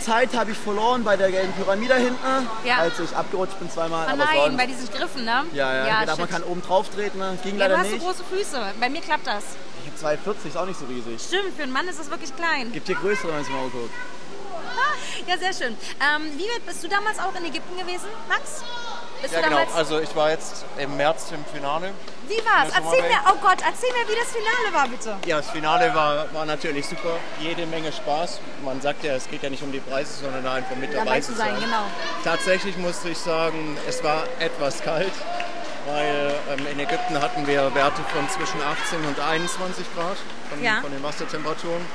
S6: Zeit habe ich verloren bei der gelben Pyramide hinten,
S2: Ja.
S6: als ich abgerutscht bin zweimal.
S2: Oh
S6: aber
S2: nein,
S6: sonst,
S2: bei diesen Griffen, ne?
S6: ja, ja, ich gedacht, man
S2: shit.
S6: kann oben drauf treten, ne? ging
S2: ja, du
S6: leider
S2: hast so
S6: nicht.
S2: große Füße. Bei mir klappt das.
S6: Ich hab 240 ist auch nicht so riesig.
S2: Stimmt, für einen Mann ist das wirklich klein.
S6: Gibt hier größere, wenn ich mal guckt.
S2: Ja, sehr schön. Ähm, wie weit bist du damals auch in Ägypten gewesen, Max? Bist
S5: Ja
S2: du
S5: genau,
S2: damals
S5: also ich war jetzt im März im Finale.
S2: Wie war's?
S5: Müssen wir
S2: Erzähl
S5: mal
S2: mir, oh Gott, erzähl mir, wie das Finale war, bitte.
S5: Ja, das Finale war, war natürlich super, jede Menge Spaß. Man sagt ja, es geht ja nicht um die Preise, sondern einfach mit dabei,
S2: genau. Dabei zu sein, genau.
S5: Tatsächlich musste ich sagen, es war etwas kalt. weil ähm, in Ägypten hatten wir Werte von zwischen 18 und 21 Grad von,
S2: Ja.
S5: von den Wassertemperaturen.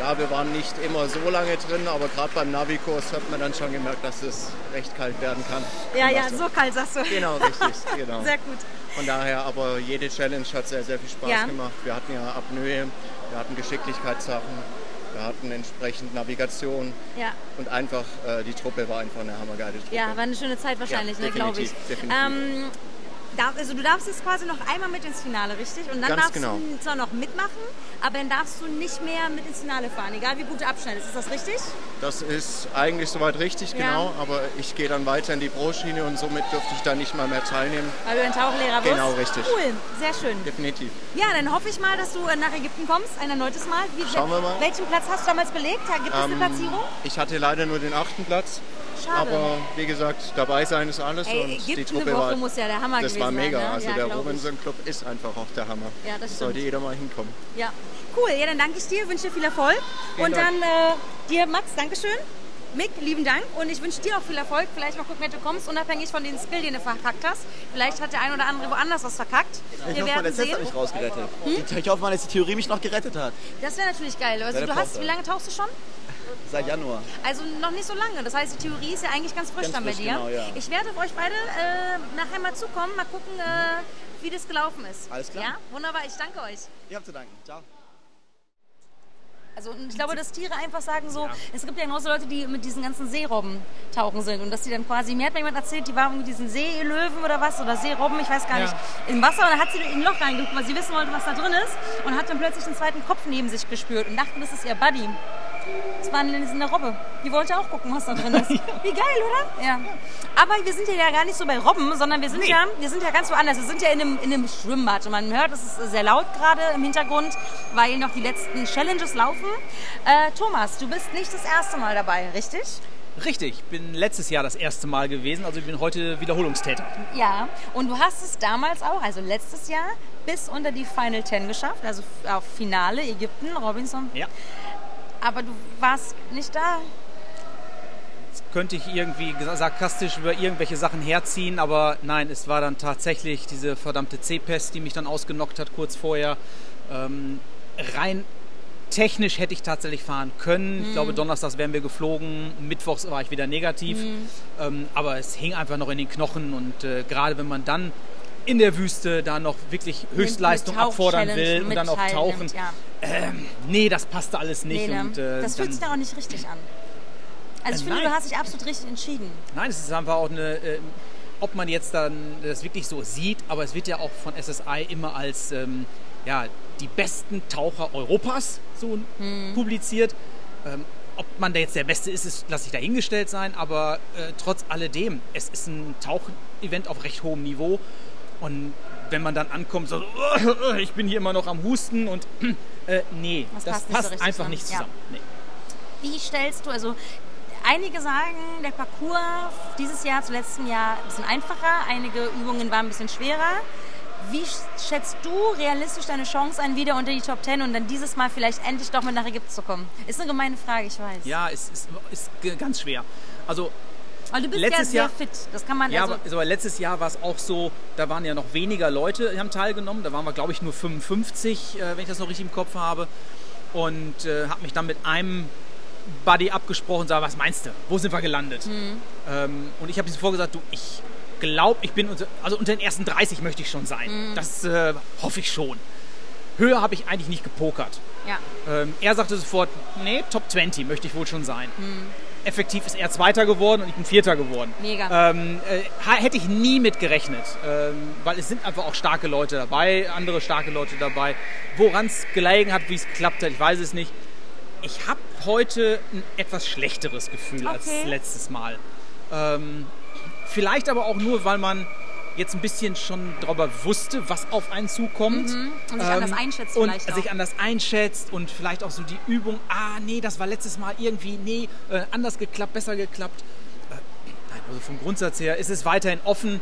S5: Ja, wir waren nicht immer so lange drin, aber gerade beim Navikurs hat man dann schon gemerkt, dass es recht kalt werden kann.
S2: Ja,
S5: Im
S2: ja,
S5: Wasser.
S2: so kalt sagst du.
S5: Genau, richtig, genau.
S2: Sehr gut.
S5: Von daher, aber jede Challenge hat sehr, sehr viel Spaß
S2: Ja.
S5: gemacht. Wir hatten ja Apnoe, wir hatten Geschicklichkeitssachen, wir hatten entsprechend Navigation
S2: Ja.
S5: und einfach, äh, die Truppe war einfach eine hammergeile Truppe.
S2: Ja, war eine schöne Zeit wahrscheinlich,
S5: Ja,
S2: ne, glaube ich.
S5: definitiv, definitiv.
S2: Ähm, darf, also du darfst jetzt quasi noch einmal mit ins Finale, richtig? Und dann
S5: Ganz
S2: darfst
S5: genau.
S2: du zwar noch mitmachen, aber dann darfst du nicht mehr mit ins Finale fahren, egal wie gut du abschneidest. Ist das richtig?
S5: Das ist eigentlich soweit richtig,
S2: Ja.
S5: genau, aber ich gehe dann weiter in die Pro-Schiene und somit dürfte ich da nicht mal mehr teilnehmen.
S2: Weil du ein Tauchlehrer bist.
S5: Genau, richtig.
S2: Cool, sehr schön.
S5: Definitiv.
S2: Ja, dann hoffe ich mal, dass du äh, nach Ägypten kommst, ein erneutes Mal. Wie,
S5: Schauen wir mal.
S2: Welchen Platz hast du damals belegt? Gibt es eine
S5: Ähm,
S2: Platzierung?
S5: Ich hatte leider nur den achten Platz,
S2: Schade.
S5: aber wie gesagt, dabei sein ist alles
S2: Ey,
S5: und die
S2: Ägypten
S5: Truppe
S2: eine Woche
S5: war,
S2: muss ja der Hammer
S5: das
S2: gewesen
S5: war mega.
S2: sein. Ne?
S5: Also
S2: ja,
S5: der
S2: glaub ich.
S5: Robinson Club ist einfach auch der Hammer.
S2: Ja, das stimmt.
S5: Sollte jeder mal hinkommen.
S2: Ja, cool. Ja, dann danke ich dir, wünsche dir viel Erfolg.
S5: Vielen
S2: und
S5: Dank.
S2: dann äh, dir, Max, Dankeschön. Mick, lieben Dank und ich wünsche dir auch viel Erfolg. Vielleicht mal gucken, wer du kommst, unabhängig von den Skill, den du verkackt hast. Vielleicht hat der ein oder andere woanders was verkackt.
S6: Ich
S2: Wir
S6: hoffe,
S2: werden
S6: der Test hat
S2: sehen. Hm?
S6: mich rausgerettet. Die- Ich hoffe mal, dass die Theorie mich noch gerettet hat.
S2: Das wäre natürlich geil. Also du
S6: Wäre der
S2: hast,
S6: Vorteil.
S2: wie lange tauchst du schon?
S6: Seit Januar.
S2: Also noch nicht so lange. Das heißt, die Theorie ist ja eigentlich ganz frisch
S6: Ganz
S2: dann bei
S6: frisch,
S2: dir.
S6: genau, ja.
S2: Ich werde auf euch beide äh, nachher mal zukommen, mal gucken, äh, wie das gelaufen ist.
S6: Alles klar.
S2: Ja, wunderbar. Ich danke euch.
S6: Ihr habt zu danken. Ciao.
S2: Also und ich glaube, dass Tiere einfach sagen so, es gibt ja genauso Leute, die mit diesen ganzen Seerobben tauchen sind und dass die dann quasi, mir hat mal jemand erzählt, die waren mit diesen Seelöwen oder was oder Seerobben, ich weiß gar nicht, im Wasser und dann hat sie in ein Loch reingeguckt, weil sie wissen wollte, was da drin ist und hat dann plötzlich den zweiten Kopf neben sich gespürt und dachten, das ist ihr Buddy. Das war eine, das ist eine Robbe. Die wollte auch gucken, was da drin ist. Wie geil, oder? Ja. Aber wir sind hier ja gar nicht so bei Robben, sondern wir sind, ja, wir sind ja ganz woanders. Wir sind ja in einem, in einem Schwimmbad. Und man hört, es ist sehr laut gerade im Hintergrund, weil noch die letzten Challenges laufen. Äh, Thomas, du bist nicht das erste Mal dabei, richtig?
S7: Richtig, ich bin letztes Jahr das erste Mal gewesen, also ich bin heute Wiederholungstäter.
S2: Ja. Und du hast es damals auch, also letztes Jahr, bis unter die Final Ten geschafft. Also auf Finale, Ägypten, Robinson.
S7: Ja.
S2: Aber du warst nicht da.
S7: Könnte ich irgendwie ges- sarkastisch über irgendwelche Sachen herziehen, aber nein, es war dann tatsächlich diese verdammte C-Pest, die mich dann ausgenockt hat kurz vorher. Ähm, rein technisch hätte ich tatsächlich fahren können.
S2: Mhm.
S7: Ich glaube, donnerstags wären wir geflogen, mittwochs war ich wieder negativ.
S2: Mhm.
S7: Ähm, aber es hing einfach noch in den Knochen und äh, gerade wenn man dann in der Wüste da noch wirklich Höchstleistung
S2: Mit- mit
S7: abfordern
S2: Tauchchallenge
S7: will und dann auch
S2: mit
S7: tauchen.
S2: teilnimmt, Ja.
S7: Ähm, Nee, das passte alles nicht.
S2: Nee, ne?
S7: und, äh,
S2: das fühlt
S7: dann,
S2: sich dann auch nicht richtig an. Also ich
S7: Äh,
S2: finde, du
S7: nein.
S2: hast dich absolut richtig entschieden.
S7: Nein, es ist einfach auch eine, äh, ob man jetzt dann das wirklich so sieht, aber es wird ja auch von SSI immer als ähm, ja, die besten Taucher Europas so
S2: Hm.
S7: publiziert. Ähm, ob man da jetzt der Beste ist, ist lasse ich dahingestellt sein, aber äh, trotz alledem, es ist ein Tauchevent auf recht hohem Niveau und wenn man dann ankommt, so, ich bin hier immer noch am Husten und äh, nee,
S2: Das
S7: das,
S2: passt
S7: passt,
S2: nicht so richtig
S7: einfach
S2: zusammen.
S7: nicht
S2: Ja.
S7: zusammen. Nee.
S2: Wie stellst du, also einige sagen, der Parcours dieses Jahr zu letzten Jahr ein bisschen einfacher, einige Übungen waren ein bisschen schwerer. Wie sch- schätzt du realistisch deine Chance ein, wieder unter die Top Ten und dann dieses Mal vielleicht endlich doch mit nach Ägypten zu kommen? Ist eine gemeine Frage, ich weiß.
S7: Ja, es ist, ist g- ganz schwer. Also
S2: Aber du bist ja
S7: letztes
S2: sehr
S7: Jahr-
S2: fit, das kann man
S7: Ja,
S2: also...
S7: aber, aber letztes Jahr war es auch so, da waren ja noch weniger Leute, die haben teilgenommen. Da waren wir, glaube ich, nur 55, äh, wenn ich das noch richtig im Kopf habe. Und äh, habe mich dann mit einem Buddy abgesprochen und sage, was meinst du? Wo sind wir gelandet?
S2: Mhm.
S7: Ähm, und ich habe ihm zuvor gesagt, du, ich glaube, ich bin unter, also unter den ersten 30 möchte ich schon
S2: Mhm.
S7: sein. Das äh, hoffe ich schon. Höher habe ich eigentlich nicht gepokert.
S2: ja.
S7: Ähm, er sagte sofort, nee, Top 20 möchte ich wohl schon sein. Effektiv ist er Zweiter geworden und ich bin Vierter geworden.
S2: Mega.
S7: Ähm, äh, ha- hätte ich nie mit gerechnet, ähm, weil es sind einfach auch starke Leute dabei, andere starke Leute dabei. Woran es gelegen hat, wie es geklappt hat, ich weiß es nicht. Ich habe heute ein etwas schlechteres Gefühl als
S2: Okay.
S7: letztes Mal. Ähm, vielleicht aber auch nur, weil man jetzt ein bisschen schon darüber wusste, was auf einen zukommt.
S2: Mhm.
S7: Ähm,
S2: Und sich anders einschätzt
S7: und
S2: vielleicht auch.
S7: sich anders einschätzt und vielleicht auch so die Übung, ah nee, das war letztes Mal irgendwie, nee, äh, anders geklappt, besser geklappt. Äh, nein, also vom Grundsatz her ist es weiterhin offen.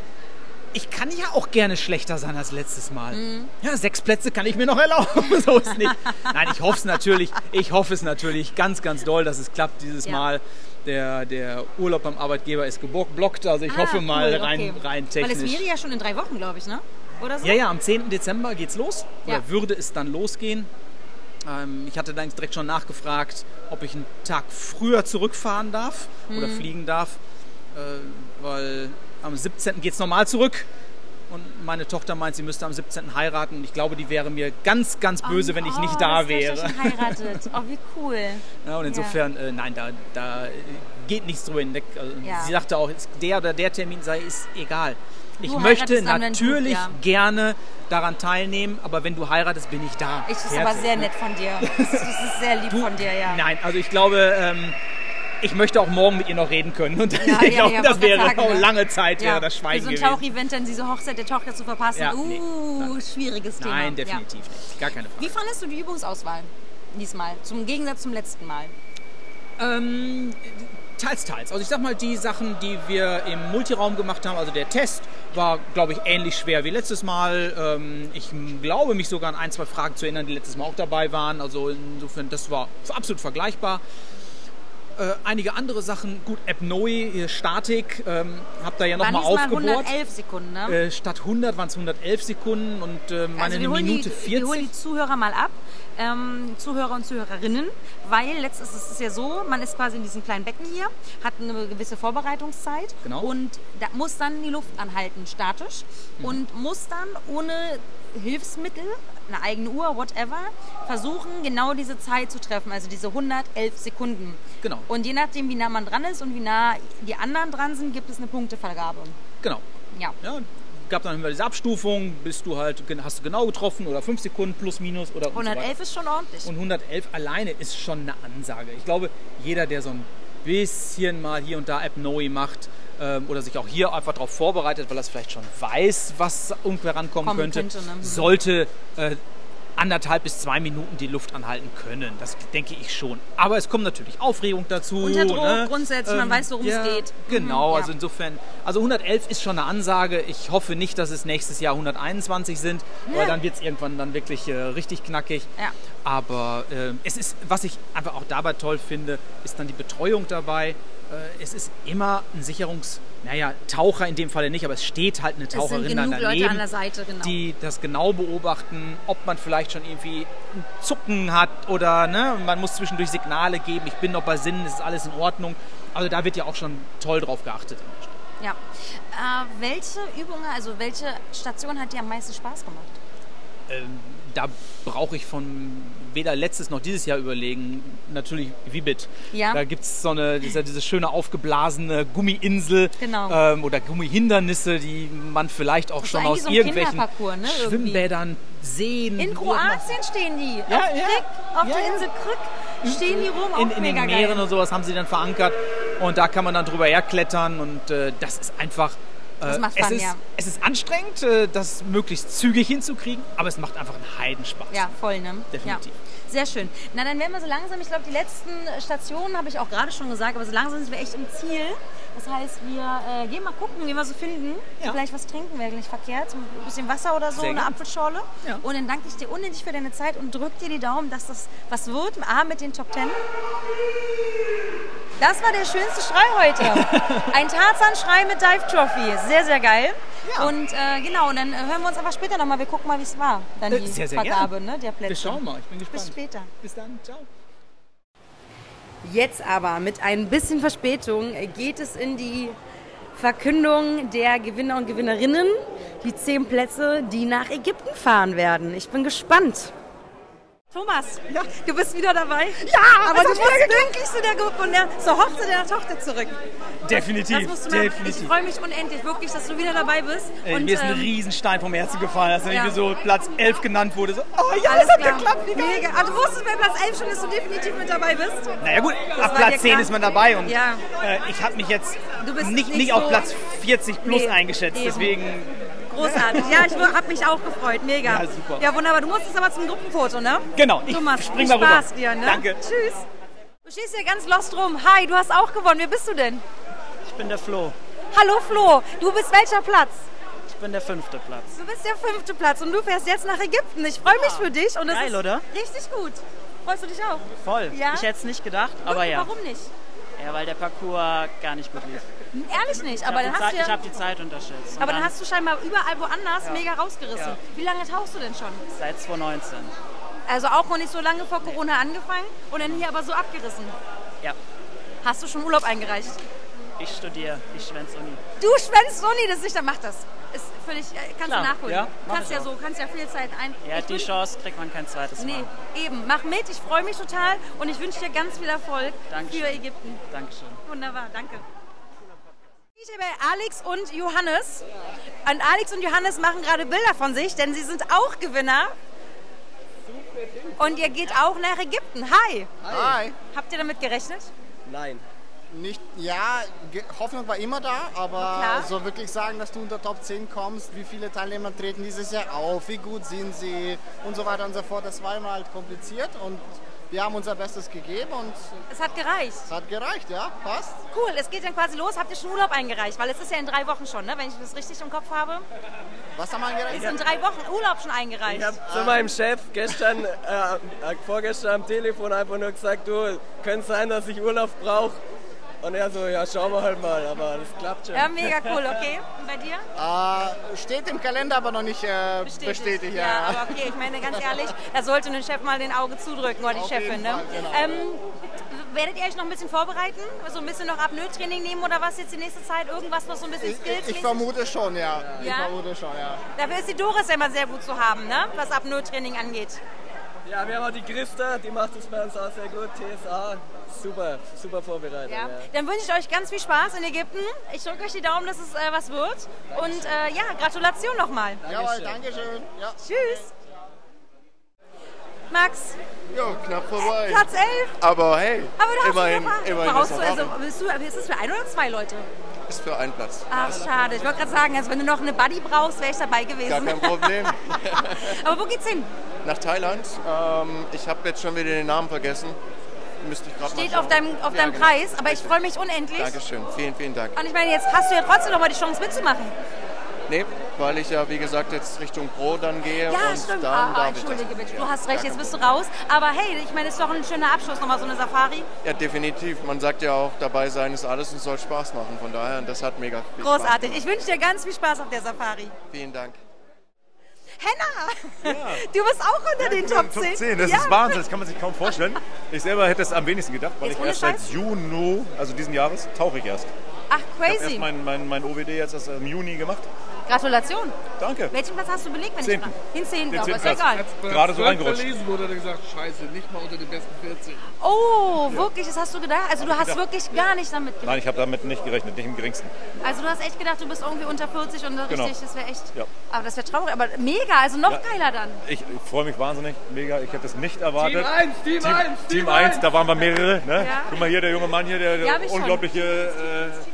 S7: ich kann ja auch gerne schlechter sein als letztes Mal.
S2: Mhm.
S8: hm.
S7: Ja, sechs Plätze kann ich mir noch erlauben. so ist nicht. Nein, ich hoffe es natürlich. Ich hoffe es natürlich ganz, ganz doll, dass es klappt dieses
S2: Ja.
S7: Mal. Der, der Urlaub beim Arbeitgeber ist geblockt. Also ich hoffe mal rein, rein technisch.
S2: Ah, Weil es wäre ja schon in drei Wochen, glaube ich, ne? Oder so?
S7: Ja, ja, am 10. Dezember geht's los.
S2: Ja.
S7: Oder würde es dann losgehen? Ähm, ich hatte dann direkt schon nachgefragt, ob ich einen Tag früher zurückfahren darf
S2: Mhm.
S7: oder fliegen darf. Äh, weil am 17. geht's normal zurück. Und meine Tochter meint, sie müsste am 17. heiraten. Und ich glaube, die wäre mir ganz, ganz böse, wenn ich
S2: Oh,
S7: nicht da
S2: dass der
S7: wäre.
S2: schon heiratet. Oh, wie cool.
S7: Ja, und insofern, äh, nein, da, da äh, geht nichts drüber hinweg. Also,
S2: Ja.
S7: Sie sagte auch, es- der oder der Termin sei, ist egal. Ich
S2: Du
S7: möchte
S2: heiratest dann, wenn du-
S7: natürlich
S2: ja.
S7: gerne daran teilnehmen, aber wenn du heiratest, bin ich da.
S2: Ich, das ist
S7: Fertig.
S2: aber sehr nett von dir. Das ist, das ist sehr lieb von dir, ja.
S7: Nein, also ich glaube, ähm, ich möchte auch morgen mit ihr noch reden können. Und
S2: Ja,
S7: ich
S2: ja,
S7: glaube,
S2: ja,
S7: das
S2: wollte
S7: wäre
S2: gerade sagen,
S7: auch
S2: ne?
S7: lange Zeit,
S2: Ja,
S7: wäre das Schweigen
S2: Für so ein
S7: gewesen.
S2: Tauch-Event dann diese Hochzeit der Tochter zu verpassen,
S7: Ja, nee,
S2: uh, schwieriges Thema.
S7: Nein,
S2: Ja.
S7: definitiv nicht. Gar keine Frage.
S2: Wie fandest du die Übungsauswahl diesmal? Zum Gegensatz zum letzten Mal. Äh,
S7: Ähm, teils, teils. Also ich sag mal, die Sachen, die wir im Multiraum gemacht haben, also der Test war, glaube ich, ähnlich schwer wie letztes Mal. Ähm, ich m- glaube, mich sogar an ein, zwei Fragen zu erinnern, die letztes Mal auch dabei waren. Also insofern, das war absolut vergleichbar. Äh, einige andere Sachen, gut, Apnoe, hier Statik, ähm, hab da ja
S2: Waren
S7: nochmal
S2: diesmal
S7: aufgebohrt.
S2: 111 Sekunden, ne?
S7: Äh, statt 100 waren es 111 Sekunden und äh, meine
S2: also wir
S7: eine
S2: holen,
S7: Minute
S2: die,
S7: 40.
S2: wir holen die Zuhörer mal ab, ähm, Zuhörer und Zuhörerinnen, weil letztens ist es ja so, man ist quasi in diesem kleinen Becken hier, hat eine gewisse Vorbereitungszeit
S7: Genau.
S2: und da muss dann die Luft anhalten, statisch,
S7: Mhm.
S2: und muss dann ohne Hilfsmittel, eine eigene Uhr, whatever, versuchen, genau diese Zeit zu treffen, also diese 111 Sekunden.
S7: Genau.
S2: Und je nachdem, wie nah man dran ist und wie nah die anderen dran sind, gibt es eine Punktevergabe.
S7: Genau.
S2: Ja.
S7: Ja, gab dann immer diese Abstufung, bist du halt, hast du genau getroffen oder 5 Sekunden plus minus oder und so weiter.
S2: 111 ist schon ordentlich.
S7: Und 111 alleine ist schon eine Ansage. Ich glaube, jeder, der so ein bisschen mal hier und da Apnoe macht ähm, oder sich auch hier einfach darauf vorbereitet, weil er es vielleicht schon weiß, was ungefähr rankommen
S2: Kommen
S7: könnte,
S2: könnte, ne? Mhm.
S7: sollte äh, anderthalb bis zwei Minuten die Luft anhalten können. Das denke ich schon. Aber es kommt natürlich Aufregung dazu.
S2: Unter Druck,
S7: ne?
S2: grundsätzlich, man weiß, worum es
S7: ja,
S2: geht.
S7: Genau,
S2: Mhm, ja.
S7: also insofern, also 111 ist schon eine Ansage. Ich hoffe nicht, dass es nächstes Jahr 121 sind, weil dann wird es irgendwann dann wirklich äh, richtig knackig.
S2: Ja.
S7: Aber ähm, es ist, was ich einfach auch dabei toll finde, ist dann die Betreuung dabei. Äh, es ist immer ein Sicherungs-, naja, Taucher in dem Falle nicht, aber es steht halt eine
S2: es
S7: Taucherin
S2: sind
S7: dann
S2: genug
S7: daneben,
S2: Leute an der Seite, genau.
S7: die das genau beobachten, ob man vielleicht schon irgendwie einen Zucken hat oder ne, man muss zwischendurch Signale geben, ich bin noch bei Sinnen, es ist alles in Ordnung. Also da wird ja auch schon toll drauf geachtet.
S2: Ja. Äh, welche Übung, also welche Station hat dir am meisten Spaß gemacht?
S7: Ähm, da brauche ich von weder letztes noch dieses Jahr überlegen. Natürlich Vibit.
S2: Ja.
S7: Da gibt es so eine, diese, diese schöne aufgeblasene Gummiinsel
S2: Genau.
S7: ähm, oder Gummihindernisse, die man vielleicht auch
S2: Das ist
S7: schon
S2: eigentlich
S7: aus
S2: so ein
S7: irgendwelchen
S2: Kinderparcours, ne, irgendwie.
S7: Schwimmbädern sehen.
S2: In Kroatien stehen die.
S7: Ja,
S2: auf
S7: ja.
S2: Krk, auf
S7: Ja,
S2: der
S7: ja.
S2: Insel Krk stehen die rum, auch
S7: in, in
S2: mega
S7: den Meeren
S2: geil.
S7: und sowas haben sie dann verankert und da kann man dann drüber herklettern und äh, das ist einfach. äh,
S2: Das macht
S7: es,
S2: Fun,
S7: ist,
S2: ja.
S7: es ist anstrengend, äh, das möglichst zügig hinzukriegen, aber es macht einfach einen Heidenspaß.
S2: Ja, voll, ne?
S7: Definitiv.
S2: Ja. Sehr schön. Na, dann werden wir so langsam, ich glaube, die letzten äh, Stationen habe ich auch gerade schon gesagt, aber so langsam sind wir echt im Ziel. Das heißt, wir äh, gehen mal gucken, wie wir so finden.
S7: Ja.
S2: Vielleicht was trinken wäre nicht verkehrt. Ein bisschen Wasser oder so,
S7: Sehr
S2: eine
S7: gerne.
S2: Apfelschorle.
S7: Ja.
S2: Und dann danke ich dir unendlich für deine Zeit und drück dir die Daumen, dass das was wird. A, mit den Top Ten. Das war der schönste Schrei heute. Ein Tarzan-Schrei mit Dive Trophy. Sehr, sehr geil. Und äh, genau, und dann äh, hören wir uns einfach später nochmal. Wir gucken mal, wie es war. Dann
S7: Äh,
S2: die
S7: sehr, sehr
S2: Vergabe
S7: gerne.
S2: ne, der Plätze.
S7: Wir schauen mal, ich bin gespannt.
S2: Bis später.
S7: Bis dann, ciao.
S1: Jetzt aber mit ein bisschen Verspätung geht es in die Verkündung der Gewinner und Gewinnerinnen. Die zehn Plätze, die nach Ägypten fahren werden. Ich bin gespannt.
S2: Thomas, du bist wieder dabei. Ja,
S7: Ah,
S2: aber du musst pünktlich zu der, Ge- von der, zur Hochzeit der Tochter zurück.
S7: Definitiv,
S2: Das musst du machen. Ich
S7: definitiv.
S2: freue mich unendlich, wirklich, dass du wieder dabei bist.
S7: Ey,
S2: Und,
S7: mir ist ein
S2: ähm,
S7: Riesenstein vom Herzen gefallen, als
S2: ja.
S7: irgendwie so Platz 11 genannt wurde. So, oh ja,
S2: alles
S7: das hat
S2: klar.
S7: geklappt. wie geil.
S2: Mega. Ah, du wusstest, wer Platz 11 schon ist, du definitiv mit dabei bist.
S7: Naja gut,
S2: war
S7: ab
S2: dir
S7: Platz 10
S2: klar.
S7: ist man dabei und
S2: Ja.
S7: äh, ich habe mich jetzt
S2: Du bist
S7: nicht,
S2: nicht
S7: nicht auf
S2: so-
S7: Platz 40 plus
S2: Nee,
S7: eingeschätzt.
S2: eben.
S7: Deswegen
S2: Großartig. Ja, ich habe mich auch gefreut. Mega.
S7: Ja, super.
S2: Ja, wunderbar. Du musstest aber zum Gruppenfoto, ne?
S7: Genau, ich
S2: Thomas,
S7: spring
S2: viel
S7: mal rüber.
S2: Spaß dir, ne?
S7: Danke.
S2: Tschüss. Du stehst hier ganz lost rum. Hi, du hast auch gewonnen. Wer bist du denn?
S9: Ich bin der Flo.
S2: Hallo Flo, du bist welcher Platz?
S9: Ich bin der fünfte Platz.
S2: Du bist der fünfte Platz und du fährst jetzt nach Ägypten. Ich freue mich für dich. Und das
S9: Ah, Geil,
S2: ist
S9: oder?
S2: Richtig gut. Freust du dich auch?
S9: Voll.
S2: Ja?
S9: Ich hätte es nicht gedacht, aber
S2: Wirklich?
S9: ja.
S2: Warum nicht?
S9: Ja, weil der Parcours gar nicht gut lief.
S2: Ehrlich nicht, aber
S9: ich habe die,
S2: dann hast
S9: Zeit-
S2: du
S9: ich
S2: ja...
S9: hab die Zeit unterschätzt. Und
S2: Aber dann
S9: dann
S2: hast du scheinbar überall woanders mega rausgerissen.
S9: Ja.
S2: Wie lange tauchst du denn schon?
S9: seit 2019.
S2: Also auch noch nicht so lange vor Corona angefangen und dann hier aber so abgerissen.
S9: Ja,
S2: Hast du schon Urlaub eingereicht?
S9: ich studiere, ich schwänze Uni.
S2: Du schwänzt so nie, das nicht, dann mach das. Ist völlig, äh, kannst
S9: Klar,
S2: du nachholen.
S9: ja, mach
S2: kannst
S9: ich
S2: ja
S9: auch.
S2: so, kannst ja viel Zeit ein.
S9: Ja,
S2: Ich
S9: die
S2: wünsch-
S9: Chance kriegt man kein zweites
S2: Nee,
S9: Mal.
S2: eben. Mach mit, ich freue mich total und ich wünsche dir ganz viel Erfolg
S9: Dankeschön.
S2: für Ägypten.
S9: Dankeschön.
S2: Wunderbar, danke. Ich bin bei Alex und Johannes. Und Alex und Johannes machen gerade Bilder von sich, denn sie sind auch Gewinner. Und ihr geht auch nach Ägypten. Hi!
S10: Hi.
S2: Habt ihr damit gerechnet?
S5: Nein.
S10: Nicht, ja, Ge- Hoffnung war immer da,
S2: klar.
S10: aber so wirklich sagen, dass du unter Top 10 kommst, wie viele Teilnehmer treten dieses Jahr auf, wie gut sind sie und so weiter und so fort, das war immer halt kompliziert und wir haben unser Bestes gegeben und
S2: Es hat gereicht.
S10: es hat gereicht, ja, passt.
S2: Cool, es geht dann quasi los. Habt ihr schon Urlaub eingereicht? Weil es ist ja in drei Wochen schon, ne? wenn ich das richtig im Kopf habe.
S10: Was haben wir
S2: Ist
S10: angereicht?
S2: in drei Wochen Urlaub schon eingereicht. Ah.
S11: Ich habe zu meinem Chef gestern, äh, äh, vorgestern am Telefon einfach nur gesagt, du, könnte sein, dass ich Urlaub brauche. Und er so, ja, schauen wir halt mal, aber das klappt schon.
S2: Ja, mega cool, okay. Und bei dir?
S10: Äh, steht im Kalender, aber noch nicht äh, bestätigt.
S2: Ja, aber okay, ich meine ganz ehrlich, da sollte ein Chef mal den Auge zudrücken oder die
S10: Auf
S2: Chefin.
S10: jeden
S2: Ne?
S10: Fall, genau.
S2: Ähm, werdet ihr euch noch ein bisschen vorbereiten? So ein bisschen noch ab Nöttraining nehmen oder was jetzt die nächste Zeit? Irgendwas noch so ein bisschen
S10: Ich,
S2: Skills?
S10: ich, ich vermute schon, ja. Ich
S2: Ja?
S10: vermute schon, ja.
S2: Dafür ist die Doris ja immer sehr gut zu haben, ne? was ab Nöttraining angeht.
S11: Ja, wir haben auch die Christa, die macht das bei uns auch sehr gut, TSA, super, super vorbereitet.
S2: Ja.
S11: Ja.
S2: Dann wünsche ich euch ganz viel Spaß in Ägypten. Ich drücke euch die Daumen, dass es äh, was wird. Und äh, ja, Gratulation nochmal.
S10: Jawohl, Dankeschön. Ja.
S2: Tschüss. Max,
S10: Jo, knapp vorbei.
S2: Platz 11.
S5: Aber hey,
S2: Aber du hast immerhin, immerhin brauchst du, also, bist du, ist es für ein oder zwei Leute?
S5: ist für einen Platz.
S2: also- Ach, schade. Ich wollte gerade sagen, also wenn du noch eine Buddy brauchst, wäre ich dabei gewesen.
S5: Gar kein Problem.
S2: Aber wo geht's hin?
S5: Nach Thailand. Ähm, ich habe jetzt schon wieder den Namen vergessen. Müsste ich gerade mal
S2: Steht
S5: schauen.
S2: auf deinem, auf
S5: Ja,
S2: deinem Ah.
S5: genau.
S2: Preis, aber ich
S5: Richtig.
S2: freue mich unendlich.
S5: Dankeschön. Vielen, vielen Dank.
S2: Und ich meine, jetzt hast du ja trotzdem nochmal die Chance mitzumachen.
S5: Nee, weil ich ja, wie gesagt, jetzt Richtung Pro dann gehe.
S2: Ja,
S5: und
S2: stimmt.
S5: Dann
S2: Ah, ah,
S5: darf ich
S2: entschuldige
S5: das.
S2: bitte. Du
S5: Ja,
S2: hast recht,
S5: gar
S2: jetzt
S5: kein
S2: bist du
S5: Problem.
S2: raus. Aber hey, ich meine, es ist doch ein schöner Abschluss, nochmal so eine Safari.
S5: Ja, definitiv. Man sagt ja auch, dabei sein ist alles und soll Spaß machen. Von daher, und das hat mega viel Spaß
S2: Großartig. Ich wünsche dir ganz viel Spaß auf der Safari.
S5: gemacht. Vielen Dank.
S2: Henna, du bist auch unter den Top 10.
S12: Top 10, das
S2: ja.
S12: ist Wahnsinn, das kann man sich kaum vorstellen. Ich selber hätte es am wenigsten gedacht, weil
S2: Jetzt
S12: ich
S2: ohne
S12: erst seit
S2: Scheiß?
S12: Juni, also diesen Jahres, tauche ich erst.
S2: Ach,
S12: Ich habe erst
S2: crazy.
S12: mein, mein, mein OWD jetzt erst im Juni gemacht.
S2: Gratulation.
S12: Danke.
S2: Welchen Platz hast du belegt, wenn
S12: Zehnten.
S2: ich frage? Den zehnten,
S12: Den
S2: aber ist
S12: zehnten
S2: egal.
S12: Gerade so reingerutscht.
S10: Verlesen wurde gesagt, scheiße, nicht mal unter den besten 40.
S2: Oh, wirklich, das hast du gedacht? Also du hast
S12: gedacht.
S2: wirklich gar nicht damit gerechnet.
S12: Nein, ich habe damit nicht gerechnet, nicht im geringsten.
S2: Also du hast echt gedacht, du bist irgendwie unter 40 und
S12: Genau.
S2: richtig, das wäre echt.
S12: Ja.
S2: Aber das wäre traurig, aber mega, also noch
S12: Ja.
S2: geiler dann.
S12: Ich, ich freue mich wahnsinnig, mega. Ich hätte es nicht erwartet.
S11: Team eins, Team
S12: Team,
S11: eins, Team
S12: Team eins,
S11: eins.
S12: da waren wir mehrere. Ne?
S2: Ja.
S12: Guck mal hier, der junge Mann hier, der,
S2: Ja,
S12: der
S2: hab ich schon.
S12: unglaubliche äh,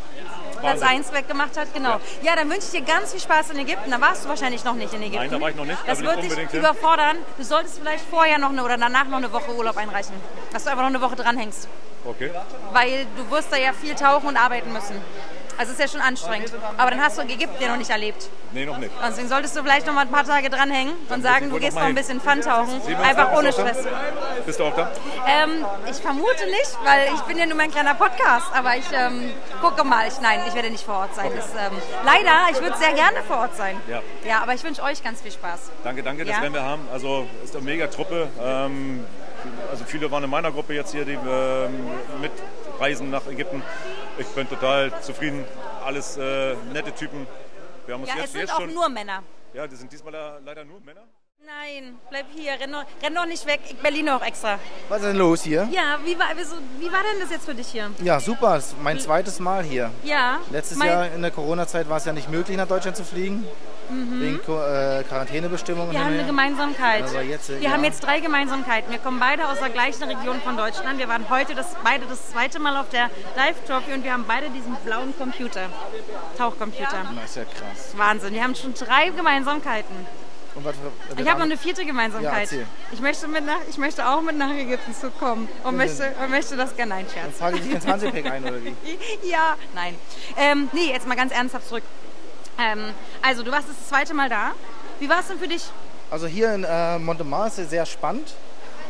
S2: Platz
S12: Wahnsinn.
S2: 1 weggemacht hat, genau. Ja. dann wünsche ich dir ganz viel Spaß in Ägypten. Da warst du wahrscheinlich noch nicht in Ägypten.
S12: Nein, da war ich noch nicht, da
S2: Das
S12: will ich
S2: wird dich
S12: unbedingt hin.
S2: überfordern. Du solltest vielleicht vorher noch eine oder danach noch eine Woche Urlaub einreichen. Dass du einfach noch eine Woche dranhängst.
S12: Okay.
S2: Weil du wirst da ja viel tauchen und arbeiten müssen. Also es ist ja schon anstrengend. Aber dann hast du Ägypten ja noch nicht erlebt.
S12: Nee, noch nicht.
S2: Und Deswegen solltest du vielleicht noch mal ein paar Tage dranhängen und sagen, du
S12: wohl
S2: gehst
S12: noch mal
S2: noch ein bisschen Fun tauchen.
S12: Sehen wir uns
S2: Einfach
S12: da?
S2: ohne
S12: Bist du auch da?
S2: Stress.
S12: Bist du auch da?
S2: Ähm, ich vermute nicht, weil ich bin ja nur mein kleiner Podcast, aber ich ähm, gucke mal. Ich, nein, ich werde nicht vor Ort sein. Das, ähm, leider, ich würde sehr gerne vor Ort sein.
S12: Ja.
S2: ja aber ich wünsche euch ganz viel Spaß.
S12: Danke, danke, das
S2: Ja.
S12: werden wir haben. Also ist eine mega Truppe. Ähm, also viele waren in meiner Gruppe jetzt hier, die ähm, mitreisen nach Ägypten. Ich bin total zufrieden. Alles äh, nette Typen. Wir haben uns
S2: Ja,
S12: jetzt,
S2: es sind
S12: jetzt
S2: auch
S12: schon.
S2: nur Männer.
S12: ja, die sind diesmal le- leider nur Männer.
S2: Nein, bleib hier, renn doch, renn doch nicht weg. Ich Berlin auch extra.
S10: Was ist denn los hier?
S2: Ja, wie war, wieso, wie war denn das jetzt für dich hier?
S10: Ja, super. Es ist mein zweites Mal hier.
S2: Ja.
S10: Letztes
S2: mein-
S10: Jahr in der Corona-Zeit war es ja nicht möglich, nach Deutschland zu fliegen. Wegen Ko- äh, Quarantänebestimmungen.
S2: Mhm. Wir haben eine Gemeinsamkeit.
S10: Aber jetzt, äh,
S2: wir
S10: ja.
S2: haben jetzt drei Gemeinsamkeiten. Wir kommen beide aus der gleichen Region von Deutschland. Wir waren heute das, beide das zweite Mal auf der Dive Trophy und wir haben beide diesen blauen Computer, Tauchcomputer.
S10: Das ist ja krass.
S2: Wahnsinn. Wir haben schon drei Gemeinsamkeiten.
S10: Und was,
S2: Ich habe noch eine vierte Gemeinsamkeit.
S10: Ja, erzähl.
S2: ich, möchte mit nach, ich möchte auch mit nach Ägypten zu kommen und möchte, und möchte das gerne nein, Scherz.
S10: Frage ich dich ins Hansepack ein oder wie?
S2: Ja, nein. Ähm, nee, jetzt mal ganz ernsthaft zurück. Ähm, also, du warst das zweite Mal da. Wie war es denn für dich?
S8: Also hier in äh, Montemar ist es sehr spannend.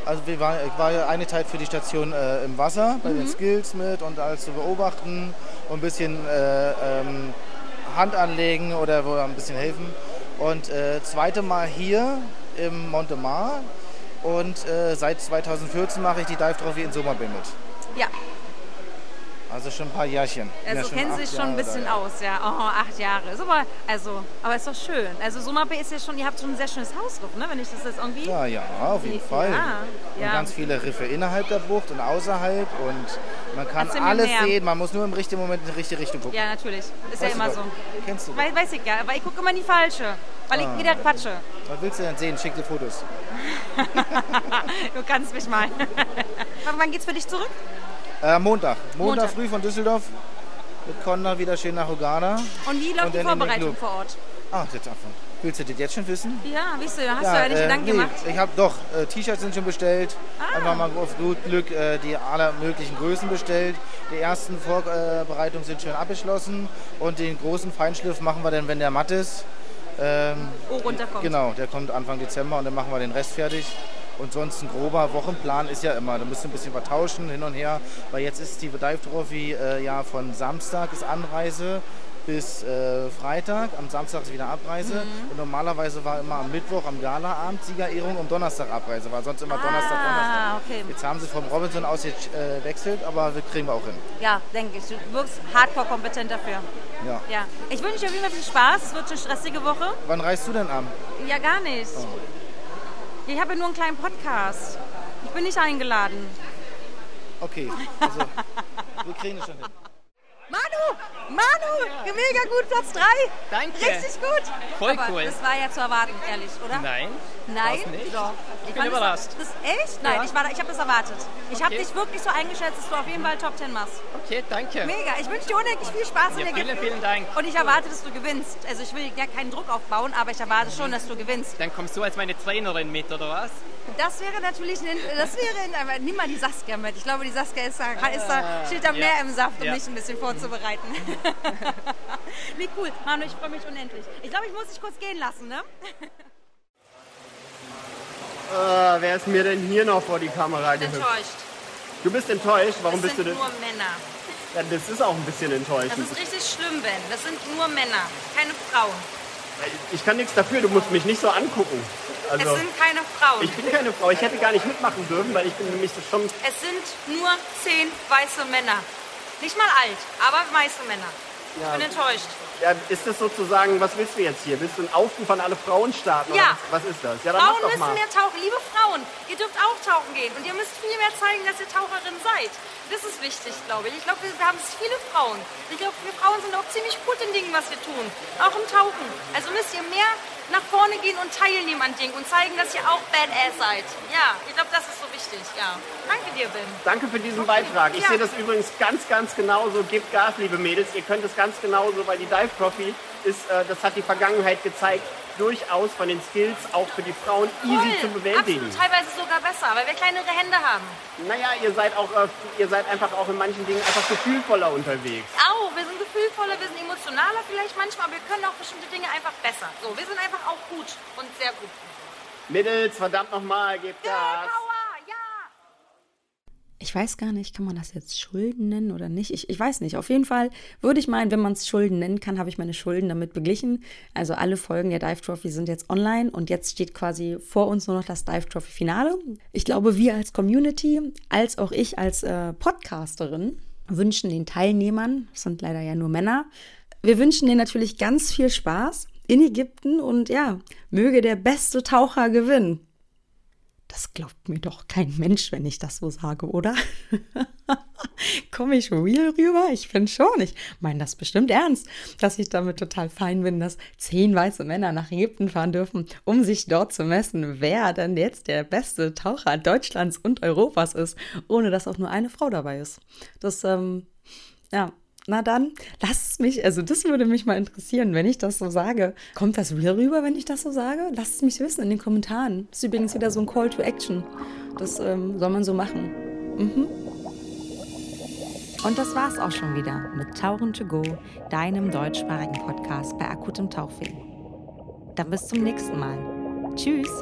S8: Also wir war, ich war ja eine Zeit für die Station äh, im Wasser, bei den
S2: Mhm.
S8: Skills mit und alles zu beobachten und ein bisschen äh, ähm, Hand anlegen oder wo ein bisschen helfen. Und äh, zweite Mal hier im Montemar und äh, seit 2014 mache ich die Dive Trophy in Sommerbill mit.
S2: Ja,
S8: Also schon ein paar Jährchen. Bin ja
S2: also
S8: schon
S2: kennen Sie
S8: acht
S2: sich
S8: Jahre
S2: schon ein bisschen
S8: da, ja.
S2: aus, ja. Oh, acht Jahre. Ist aber, also, aber ist doch schön. Also Sumape ist ja schon, ihr habt schon ein sehr schönes Hausriff, ne? Wenn ich das jetzt irgendwie.
S8: Ja, ja, auf jeden
S2: Ja,
S8: Fall.
S2: ja.
S8: Und ganz viele Riffe innerhalb der Bucht und außerhalb. Und man kann
S2: Erzähl mir
S8: alles
S2: mehr.
S8: sehen. Man muss nur im richtigen Moment in die richtige Richtung gucken.
S2: Ja, natürlich. Ist ja
S8: Weißt du
S2: immer
S8: doch.
S2: so.
S8: Kennst du doch.
S2: Weiß, weiß ich ja, aber ich gucke immer in die falsche, weil
S8: Ah.
S2: ich wieder quatsche.
S8: Was willst du denn sehen? Schick dir Fotos.
S2: du kannst mich mal. Aber wann geht's für dich zurück?
S8: Äh, Montag. Montag.
S2: Montag.
S8: früh von Düsseldorf. Mit Conda wieder schön nach Hogana.
S2: Und wie läuft
S8: Und
S2: die
S8: dann in den
S2: Vorbereitung
S8: Club.
S2: vor Ort?
S8: Ach, das davon. Willst du das jetzt schon wissen?
S2: Ja, weißt du, hast du ja nicht
S8: äh,
S2: Gedanken
S8: nee,
S2: gemacht. Ah.
S8: Ich habe doch, äh, T-Shirts sind schon bestellt. Einfach mal auf gut Glück äh, die aller möglichen Größen bestellt. Die ersten Vorbereitungen sind schon abgeschlossen. Und den großen Feinschliff machen wir dann, wenn der matt ist. Ähm,
S2: Oh, runterkommt.
S8: Genau, der kommt Anfang Dezember und dann machen wir den Rest fertig. Und sonst ein grober Wochenplan ist ja immer, da müsst ihr ein bisschen vertauschen hin und her, weil jetzt ist die Dive Trophy äh, ja von Samstag ist Anreise bis äh, Freitag, am Samstag ist wieder Abreise
S2: Mhm.
S8: und normalerweise war immer am Mittwoch, am Galaabend Siegerehrung und Donnerstag Abreise, war sonst immer Donnerstag, Donnerstag.
S2: Ah, okay.
S8: Jetzt haben sie vom Robinson aus jetzt, äh, gewechselt, aber wir kriegen wir auch hin.
S2: Ja, denke ich. Du wirkst hardcore kompetent dafür.
S8: Ja.
S2: Ja. Ich wünsche dir auf jeden Fall viel Spaß. Es wird eine stressige Woche.
S8: Wann reist du denn an?
S2: Ja, gar nicht. Ich habe ja nur einen kleinen Podcast. Ich bin nicht eingeladen.
S8: Okay, also wir kriegen es schon hin.
S2: Manu! Manu! Mega gut, Platz 3. Danke. Richtig gut.
S9: Voll
S2: Aber
S9: cool.
S2: Das war ja zu erwarten, ehrlich, oder?
S9: Nein,
S2: Nein?
S9: war's nicht.
S2: Doch.
S9: Ich bin
S2: fand, das
S9: überrascht.
S2: War, das, echt? Nein,
S9: Ja.
S2: ich, war da- ich habe das erwartet. Ich habe
S9: Okay.
S2: dich wirklich so eingeschätzt, dass du auf jeden Fall Top 10 machst.
S9: Okay, danke.
S2: Mega. Ich wünsche dir unendlich viel Spaß
S9: Ja,
S2: in der
S9: vielen,
S2: Gipfel.
S9: vielen Dank.
S2: Und ich erwarte, dass du gewinnst. Also ich will ja keinen Druck aufbauen, aber ich erwarte schon, dass du gewinnst.
S9: Dann kommst du als meine Trainerin mit, oder was?
S2: Das wäre natürlich, ein, das wäre, ein, aber nimm mal die Saskia mit. Ich glaube, die Saskia ist da, ist da
S9: Ah,
S2: steht
S9: ja.
S2: da mehr im Saft, um
S9: Ja.
S2: mich ein bisschen vorzubereiten. Wie cool. Manu, ich freue mich unendlich. Ich glaube, ich muss dich kurz gehen lassen, ne?
S11: Äh, wer ist mir denn hier noch vor die Kamera gehüpft? Du bist enttäuscht? Warum
S2: das
S11: bist du
S2: sind
S11: denn?
S2: nur Männer.
S11: Ja, das ist auch ein bisschen
S2: Das
S11: enttäuschend.
S2: ist richtig schlimm, Ben. Das sind nur Männer, keine Frauen.
S11: Ich kann nichts dafür, du musst mich nicht so angucken. Also,
S2: es sind keine Frauen.
S11: ich bin keine Frau, ich hätte gar nicht mitmachen dürfen, weil ich bin nämlich so schon.
S2: es sind nur zehn weiße Männer. Nicht mal alt, aber weiße Männer.
S11: Ja.
S2: Ich bin enttäuscht.
S11: Ja, ist das sozusagen, was willst du jetzt hier? Willst du einen Aufruf an alle Frauen starten?
S2: Ja.
S11: Oder was was ist das? Ja, dann
S2: Frauen
S11: mach doch
S2: müssen
S11: mal.
S2: mehr tauchen. Liebe Frauen, ihr dürft auch tauchen gehen. Und ihr müsst viel mehr zeigen, dass ihr Taucherin seid. Das ist wichtig, glaube ich. Ich glaube, wir haben viele Frauen. Ich glaube, wir Frauen sind auch ziemlich gut in Dingen, was wir tun. Auch im Tauchen. Also müsst ihr mehr nach vorne gehen und teilnehmen an Dingen und zeigen, dass ihr auch Badass seid. Ja, ich glaube, das ist so wichtig. Ja. Danke dir, Ben.
S11: Danke für diesen Beitrag. Ich
S2: Ja.
S11: sehe das übrigens ganz, ganz genauso. Gebt Gas, liebe Mädels. Ihr könnt es ganz genauso, weil die Dive Trophy ist, äh, das hat die Vergangenheit gezeigt, durchaus von den Skills auch für die Frauen easy zu
S2: Voll.
S11: bewältigen.
S2: Absolut, teilweise sogar besser, weil wir kleinere Hände haben.
S11: Naja, ihr seid auch, äh, ihr seid einfach auch in manchen Dingen einfach gefühlvoller unterwegs.
S2: Au, wir sind gefühlvoller, wir sind emotionaler vielleicht manchmal, aber wir können auch bestimmte Dinge einfach besser. So, wir sind einfach auch gut und sehr gut.
S11: Mädels, verdammt nochmal, gebt Gas.
S1: Ich weiß gar nicht, kann man das jetzt Schulden nennen oder nicht? Ich, ich weiß nicht. Auf jeden Fall würde ich meinen, wenn man es Schulden nennen kann, habe ich meine Schulden damit beglichen. Also alle Folgen der Dive Trophy sind jetzt online und jetzt steht quasi vor uns nur noch das Dive Trophy Finale. Ich glaube, wir als Community, als auch ich als äh, Podcasterin, wünschen den Teilnehmern, es sind leider ja nur Männer, wir wünschen denen natürlich ganz viel Spaß in Ägypten und ja, möge der beste Taucher gewinnen. Das glaubt mir doch kein Mensch, wenn ich das so sage, oder? Komme ich real rüber? Ich finde schon. Ich meine das bestimmt ernst, dass ich damit total fein bin, dass zehn weiße Männer nach Ägypten fahren dürfen, um sich dort zu messen, wer denn jetzt der beste Taucher Deutschlands und Europas ist, ohne dass auch nur eine Frau dabei ist. Das, ähm, ja. Na dann, lasst mich, also das würde mich mal interessieren, wenn ich das so sage. Kommt das real rüber, wenn ich das so sage? Lasst es mich wissen in den Kommentaren. Das ist übrigens wieder so ein Call to Action. Das ähm, soll man so machen. Mhm.
S2: Und das war's auch schon wieder mit Tauchen to go, deinem deutschsprachigen Podcast bei akutem Tauchfee. Dann bis zum nächsten Mal. Tschüss!